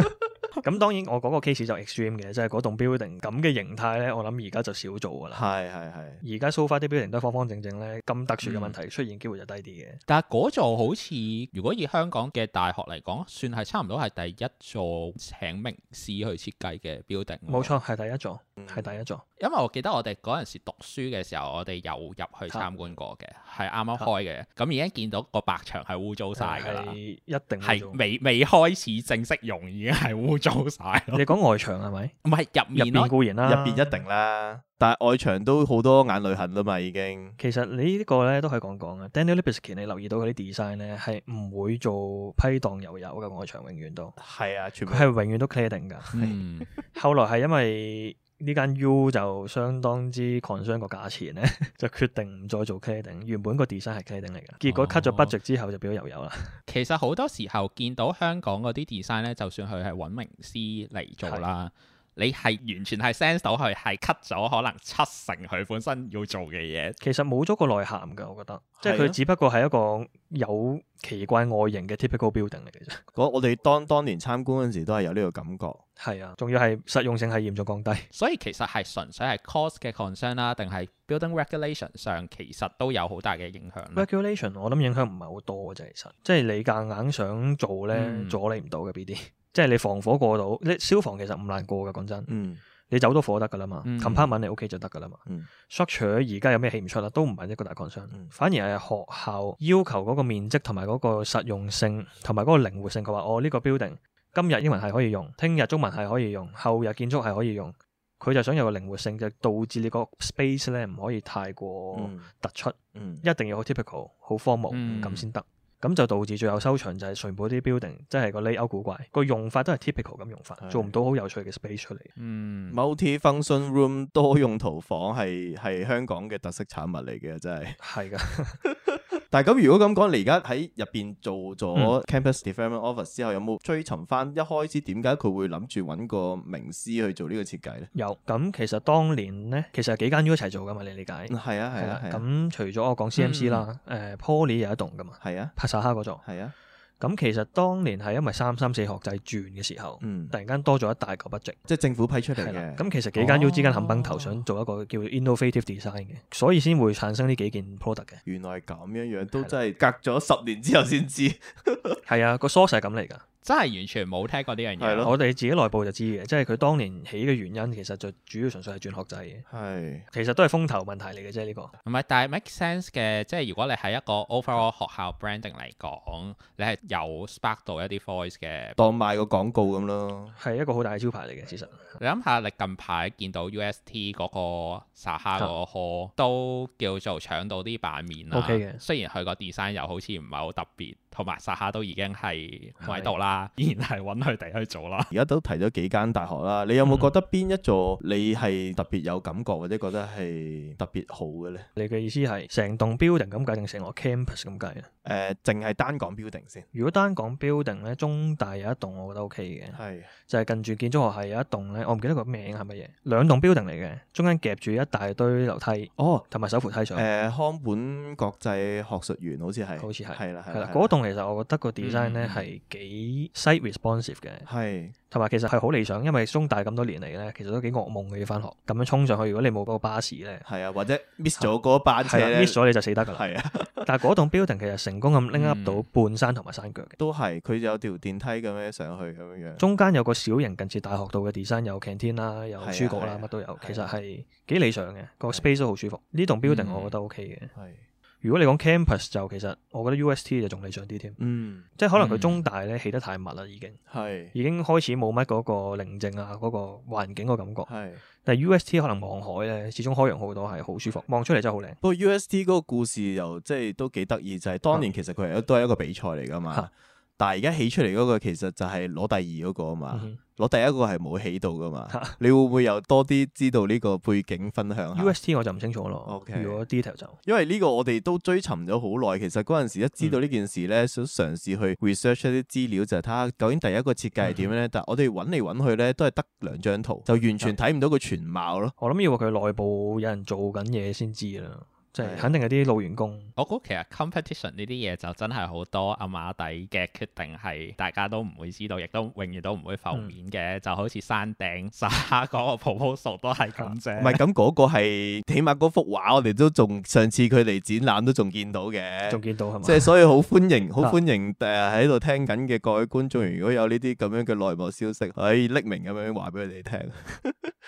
咁當然我嗰個 case 就 extreme 嘅，即係嗰棟 building 咁嘅形態咧，我諗而家就少做噶啦。係係係，而家 so far 啲 building 都係方方正正咧，咁特殊嘅問題出現機會就低啲嘅。但係嗰座好似，如果以香港嘅大學嚟講，算係差唔多係第一座請名師去設計嘅 building。冇，錯，係第一座，嗯係第一座。因為我記得我哋嗰陣時讀書嘅時候，我哋有入去參觀過嘅，係啱啱開嘅。咁已經見到個白牆係污糟晒㗎啦係，一定會做係未未開始正式用已經係污糟晒咯。你講外牆係咪？唔係入入面咯邊，固然啦，入邊一定啦，啊但係外牆都好多眼淚痕啦嘛，已經。其實你呢個咧都可以講講嘅。Daniel Libeskind，你留意到佢啲 design 咧係唔會做批盪油油嘅外牆，永遠都係啊，全部佢係永遠都 clear 定㗎。嗯，後來係因為呢間 U 就相當之 concern 個價錢咧， (laughs) 就決定唔再做 cladding。原本個 design 係 cladding 嚟嘅，結果哦 cut 咗 budget 之後就變咗油油啦。其實好多時候見到香港嗰啲 design 咧，就算佢係揾名師嚟做啦，你係完全係 sense 到佢係 cut 咗可能七成佢本身要做嘅嘢，其實冇咗個內涵㗎，我覺得，即係係佢啊只不過係一個有奇怪外形嘅 typical building 嚟嘅啫。嗰我哋當當年參觀嗰陣時都係有呢個感覺。係啊，仲要係實用性係嚴重降低。所以其實係純粹係 cost 嘅 concern 啦，定係 building regulation 上其實都有好大嘅影響咧。 Regulation 我諗影響唔係好多嘅啫，其實即係你夾硬想做咧，嗯阻你唔到嘅 B D。即係你防火過到，你消防其實唔難過㗎，講真。嗯你走到火得噶啦嘛嗯，compartment 你 OK 就得噶啦嘛嗯。 structure 而家有咩起唔出啦，都唔係一個大 concern，嗯反而係學校要求嗰個面積同埋嗰個實用性同埋嗰個靈活性。佢話：哦，呢個 building 今日英文係可以用，聽日中文係可以用，後日建築係可以用。佢就想有個靈活性，就導致你個 space 咧唔可以太過嗯突出，嗯一定要好 typical、好 formal 嗯咁先得。咁就導致最後收場就係全部啲 building，即係個 layout 古怪，個用法都係 typical 咁用法，係做唔到好有趣嘅 space 出嚟。嗯， ，multi-function room 多用途房係係香港嘅特色產物嚟嘅， (laughs) 真係。係噶。但係咁，如果咁講，你而家喺入邊做咗 campus development office 之後，有冇追尋翻一開始點解佢會諗住揾個名師去做呢個設計咧？ (laughs) 有咁，其實當年咧，其實係幾間 U 一齊做噶嘛，你理解嗯係啊，係啊，。啦係啊，咁除咗我講 CMC 啦，誒 Poly 有一棟噶嘛，係啊，帕薩哈嗰座。係啊，咁其實當年係因為三三四學制轉嘅時候，嗯突，然間多咗一大嚿筆值。即係政府批出嚟係啦，嘅。咁其實幾間 U 之間冚崩頭哦想做一個叫 innovative design 嘅，所以先會產生呢幾件 product 嘅。原來係咁樣樣，係都啦真係隔咗十年之後先 (laughs) 知。係啊，個 source 係咁嚟㗎。哦真係完全冇聽過呢樣嘢係咯。咯我哋自己內部就知嘅，即係佢當年起嘅原因，其實就主要純粹係轉學制嘅，係，其實都係風頭問題嚟嘅啫。呢個唔係，但係 make sense 嘅，即係如果你係一個 overall 學校 branding 嚟講，你係有 spark 到一啲 voice 嘅。當賣個廣告咁咯。係一個好大嘅招牌嚟嘅，其實。你諗下，你近排見到 UST 嗰個撒哈啊嗰個科都叫做搶到啲版面啦。 OK 嘅雖然佢個 design 又好似唔係好特別，同埋撒哈都已經係喺度啦，依然係揾佢哋去做啦。而家都提咗幾間大學啦，你有冇嗯覺得邊一座你係特別有感覺或者覺得係特別好嘅咧？你嘅意思係成棟 building 咁計定成個 campus 咁計咧？誒、淨係單講 building 先，如果單講 building 咧，中大有一棟我覺得 OK 嘅，係就係近住建築學系有一棟咧，我唔記得個名係乜嘢，兩棟 building 嚟嘅，中間夾住一大堆樓梯哦，同埋手扶梯誒、上。啊康本國際學術園好似係，好似係係啦，係係啦啦，，嗰棟其實我覺得個 design 咧啊嗯係幾 site responsive 嘅，係同埋其實係好理想，因為中大咁多年嚟咧，其實都幾噩夢嘅要翻學，咁樣衝上去，如果你冇嗰個巴士咧，係啊，或者 miss (laughs) 咗嗰班車係啦咧，啊 miss 咗你就死得㗎啦。係啊，但係嗰棟 building 其實成功咁拎 up 嗯到半山同埋山腳嘅，都係佢有條電梯咁樣上去咁樣樣，中間有個小型近似大學度嘅 design，有 canteen 啦，有係啊書局係啊啊啦，乜都有，係其實啊係幾理想嘅，個 space 都好舒服。呢棟 building 嗯我覺得 OK 嘅。係如果你講 campus 就其實我覺得 UST 就仲理想啲添，嗯即係可能佢嗯中大咧起得太密啦，已經係已經開始冇乜嗰個寧靜啊，嗰個環境個感覺。係。但係 UST 可能望海咧，始終開揚好多係好舒服，望出嚟真係好靚。不過 UST 嗰個故事又即係都幾得意，就係、啊當年其實佢係都係一個比賽嚟噶嘛嚇，但係而家起出嚟嗰個其實就係攞第二嗰個啊嘛嗯，哼啊攞第一個係冇起到噶嘛嚇，你會唔會又多啲知道呢個背景分享下？ UST 我就唔清楚咯啊 OK 如果 detail 就因為呢個我哋都追尋咗好耐，其實嗰陣時一嗯知道呢件事咧，想嘗試去 research 一啲資料，就係睇下究竟第一個設計係點樣嗯咧。但係我哋揾嚟揾去咧，都係得兩張圖，就完啊全睇唔到佢全貌咯。我諗要佢內部有人做緊嘢先知啦，即係係肯定係啲老員工。我估其實 competition 呢啲嘢就真係好多阿馬底嘅決定係大家都唔會知道，亦都永遠都唔會嗯浮面嘅，就好似山頂沙嗰個 proposal 都係咁唔啫。係咁嗰個係，起碼嗰幅畫我哋都仲上次佢嚟展覽都仲見到嘅。仲見到係嘛？即係所以好歡迎，好啊歡迎誒喺度聽緊嘅各位觀眾，如果有呢啲咁樣嘅內幕消息，可以匿名咁樣話俾佢哋聽， (laughs)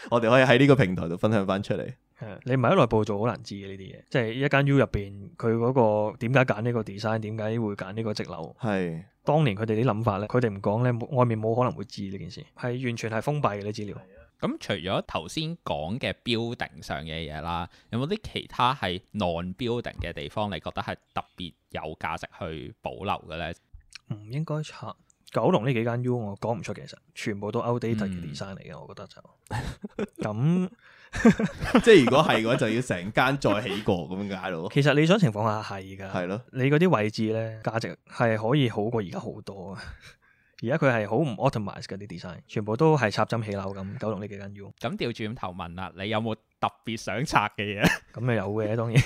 我哋可以喺呢個平台度分享翻出嚟。係你唔係喺內部做好難知嘅呢啲嘢，即係一間 U 入邊佢嗰個點解揀呢個 design，點解會揀呢個積流？係當年佢哋啲諗法咧，佢哋唔講咧，冇外面冇可能會知呢件事，係完全係封閉嘅啲資料。咁除咗頭先講嘅 building 上嘅嘢啦，有冇啲其他係 non building 嘅地方，你覺得係特別有價值去保留嘅咧？唔應該拆九龍呢幾間 U，我講唔出其實，全部都 outdated 嘅嗯 design 嚟嘅，我覺得就咁。即係如果係嘅話，就要成間再起過咁解咯。 (laughs) 其實理想情況下係㗎，係咯，你嗰啲位置咧，價值係可以好過而家好多啊！ (laughs) 而家佢係好唔 optimise 嘅啲 design，全部都係插針起樓咁。九龍呢幾間 U 咁調轉頭問啦，你有冇特別想拆嘅嘢？咁又有嘅，當然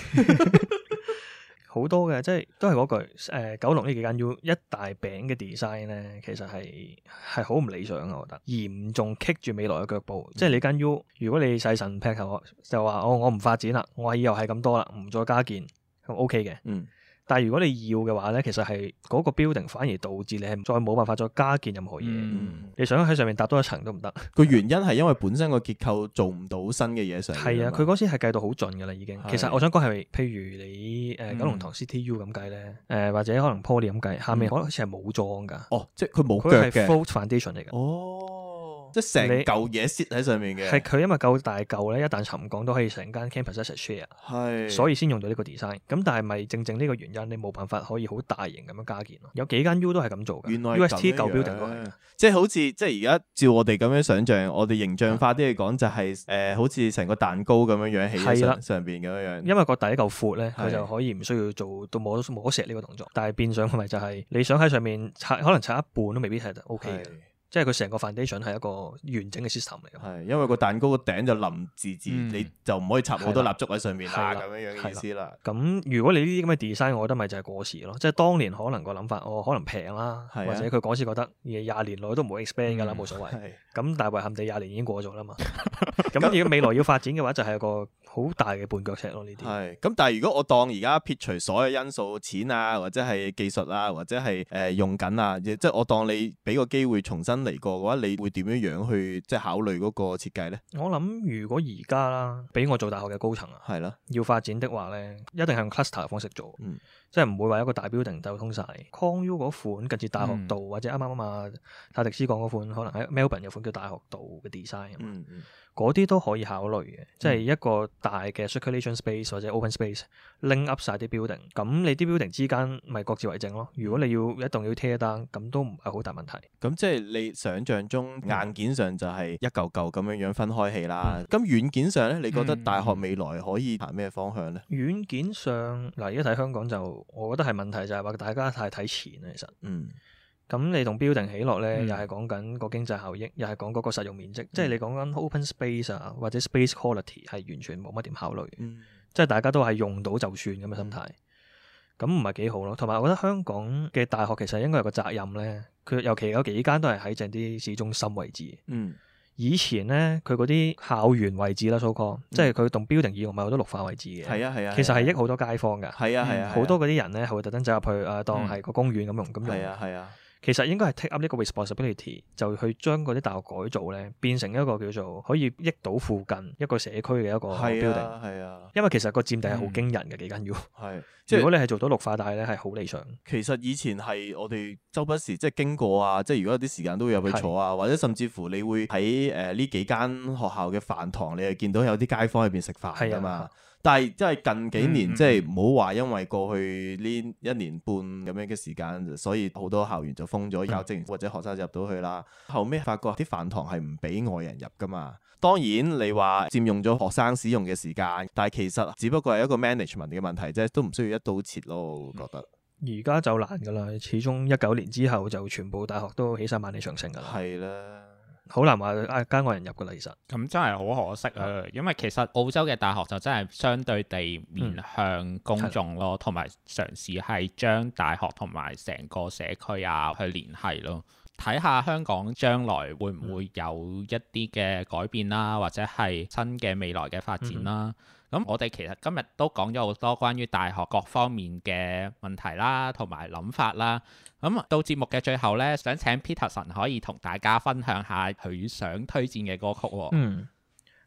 好多嘅，即係都係嗰句誒、九龍呢幾間 U 一大餅嘅 design 咧，其實係係好唔理想啊！我覺得嚴重棘住未來嘅腳步。即係你間 U，如果你細神劈頭就話哦，我唔發展啦，我以後係咁多啦，唔再加建，咁 OK 嘅。嗯，但係如果你要嘅話咧，其實係嗰個 building 反而導致你係再冇辦法再加建任何嘢。嗯你想喺上面搭多一層都唔得。個原因係因為本身個結構做唔到新嘅嘢上。係啊，佢嗰時係計到好盡㗎啦，已經。係其實我想講係，譬如你誒、呃嗯九龍塘 CTU 咁計咧，誒、或者可能 Poly 咁計，下面可能好似係冇裝㗎，哦，即係佢冇佢係嗯腳嘅。 full foundation 嚟㗎。哦，即係成你嚿嘢 sit 喺上面嘅。係佢因為夠大嚿咧，一旦沉降都可以成間 campus 一齊 share，係所以以先用到呢個 design。咁但係咪正正呢個原因，你冇辦法可以好大型咁樣加建咯？有幾間 U 都係咁做㗎嗯原來係咁 UST 舊樣 building 都係。即係好似即係而家照我哋咁樣想象，我哋形象化啲嚟講就係、誒、好似成個蛋糕咁樣樣起喺啊係啦上上邊咁樣樣。因為個底夠闊咧，係佢就可以唔需要做到摸摸石呢個動作。但係變相係咪就係你想喺上面拆，可能拆一半都未必係得 OK 嘅。即係佢成個 foundation 係一個完整嘅 system 嚟嘅。係因為個蛋糕個頂就淋字字，嗯你就唔可以插好多蠟燭喺上面啦，係啦咁樣樣嘅意思啦。咁如果你呢啲咁嘅 design，我覺得咪就係過時咯。即係當年可能個諗法，哦，可能平啦，係啊或者佢嗰時覺得廿年內都唔會 expand 㗎啦，嗯冇所謂。係咁大係遺憾地廿年已經過 (laughs) 咗啦嘛。咁如果未來要發展嘅話，就係一個好大嘅絆腳石咯。呢啲係咁，但係如果我當而家撇除所有因素，錢啊，或者係技術啊，或者係誒、用緊啊，即係我當你俾個機會重新嚟過嘅話，你會點樣樣去即係考慮嗰個設計咧？我諗，如果而家啦，俾我做大學嘅高層啊。係啦，要發展的話咧，一定係用 cluster 嘅方式做，嗯即係唔會話一個大 building 就通晒。Con U 嗰款近似大學嗯道、或者啱啱啊泰迪斯講嗰款，可能喺 Melbourne 有款叫大學道嘅 design 啊嘛嗯嗯嗰啲都可以考慮嘅，即係一個大嘅 circulation space 或者 open space link up 晒啲 building，咁你啲 building 之間咪各自為政咯。嗯如果你要一棟要 tear down，咁都唔係好大問題。咁即係你想象中嗯硬件上就係一嚿嚿咁樣樣分開起啦。咁軟件上咧，你覺嗯得大學未來可以行咩方向咧？軟件上嗱，而家睇香港就，我覺得係問題就係話大家太睇錢啦，其實。嗯咁你同 building 起落咧，嗯又係講緊個經濟效益，又係講嗰個實用面嗯積，即係你講緊 open space 啊，或者 space quality 係完全冇乜點考慮嘅。嗯即係大家都係用到就算咁嘅心態，咁唔係幾好咯。同埋我覺得香港嘅大學其實應該有個責任咧，佢尤其有幾間都係喺正啲市中心位置。嗯以前咧，佢嗰啲校園位置啦，so call，即係佢棟 building 以外咪好多綠化位置嘅，嗯係啊係啊，嗯其實係益一好多街坊㗎。係啊係嗯啊，好多嗰啲人咧係會特登走入去啊，當係個公園咁用咁係用。啊係啊，其實應該係 take up 呢個 responsibility，就去將嗰啲大學改造咧，變成一個叫做可以益到附近一個社區嘅一個係 building。啊係啊，因為其實個佔地係好驚人嘅幾間 U。係即係如果。你係做到綠化帶咧，係好理想。其實以前係我哋周不時即係經過啊，即係如果有啲時間都會入去係坐啊，或者甚至乎你會喺誒呢幾間學校嘅飯堂，你係見到有啲街坊入邊食飯係㗎啊嘛。但係即係近幾年，嗯嗯即係唔好話因為過去呢一年半咁樣嘅時間，所以好多校園就封咗，嗯教職員或者學生就入到去啦。後尾發覺啲飯堂係唔俾外人入㗎嘛。當然你話佔用咗學生使用嘅時間，但係其實只不過係一個 management 嘅問題啫，都唔需要一刀切咯。我覺得而家就難㗎啦，始終一九年之後就全部大學都起晒萬里長城㗎啦，係啦。好難話啊街外人入㗎啦，其實。咁真係好可惜啊！因為其實嗯澳洲嘅大學就真係相對地面向公眾咯，同埋嘗試係將大學同埋成個社區啊去聯繫咯。睇下香港將來會唔會有一啲嘅改變啦，或者係新嘅未來嘅發展啦。咁、我哋其實今日都講咗好多關於大學各方面嘅問題啦，同埋諗法啦。咁到節目嘅最後呢，想請 Peterson 可以同大家分享下佢想推薦嘅歌曲喎、嗯，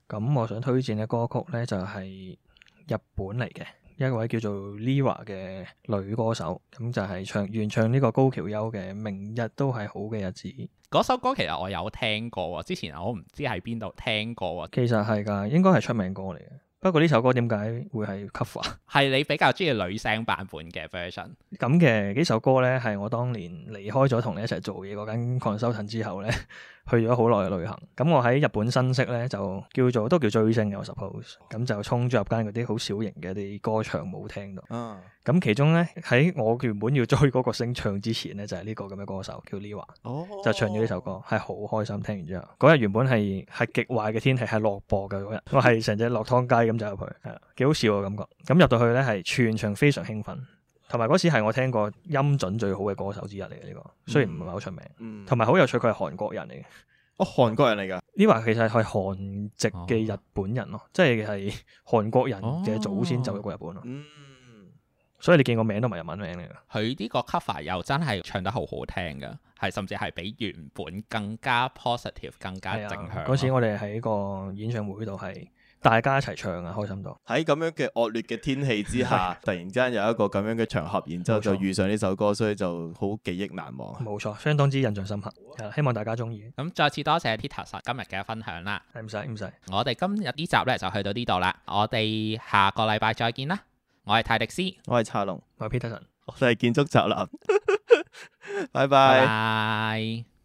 咁我想推薦嘅歌曲咧就係日本嚟嘅一位叫做 Lira 嘅女歌手，咁就係唱原唱呢個高橋優嘅《明日都係好嘅日子》。嗰首歌其實我有聽過喎，之前我唔知喺邊度聽過喎，其實係㗎，應該係出名歌嚟嘅。不過呢首歌點解會係 cover？係你比較中意女聲版本嘅 version。咁嘅幾首歌咧，係我當年離開咗同你一齊做嘢嗰間 consultant 之後咧， (laughs) 去咗好耐嘅旅行。咁我喺日本新識咧，就叫做都叫追星嘅，我 suppose。咁就衝咗入間嗰啲好小型嘅啲歌唱舞廳度。啊，咁其中咧喺我原本要追嗰個星唱之前咧，就係、呢個咁嘅歌手叫 Liwa，哦，就唱咗呢首歌，係好開心。聽完之後，嗰日原本係係極壞嘅天氣，係落雹嘅嗰日，我係成隻落湯雞咁走入去，係啦幾好笑嘅感覺。咁入到去咧係全場非常興奮，同埋嗰時係我聽過音準最好嘅歌手之一嚟嘅呢個，雖然唔係好出名，嗯，同埋好有趣，佢係韓國人嚟嘅。哦，韓國人嚟㗎，呢話其實係韓籍嘅日本人咯，即係係韓國人嘅祖先走咗過日本咯，嗯，所以你見個名都唔係日文名嚟嘅。佢呢個 cover 又真係唱得好好聽㗎，係甚至係比原本更加 positive、更加係正向啊咯。嗰時我哋喺個演唱會度係大家一齊唱啊，開心到。喺咁樣嘅惡劣嘅天氣之下，突然之間有一個咁樣嘅場合，然之後冇錯就遇上呢首歌，所以就好記憶難忘啊。冇錯，相當之印象深刻。係啦希望大家中意。咁再次多謝 Peterson 今日嘅分享啦。係唔使唔使，我哋今日呢集呢就去到呢度啦，我哋下個禮拜再見啦。我係泰迪斯，我係查龍， (laughs) 我係 Peterson。我哋係建築宅男，拜拜拜。拜。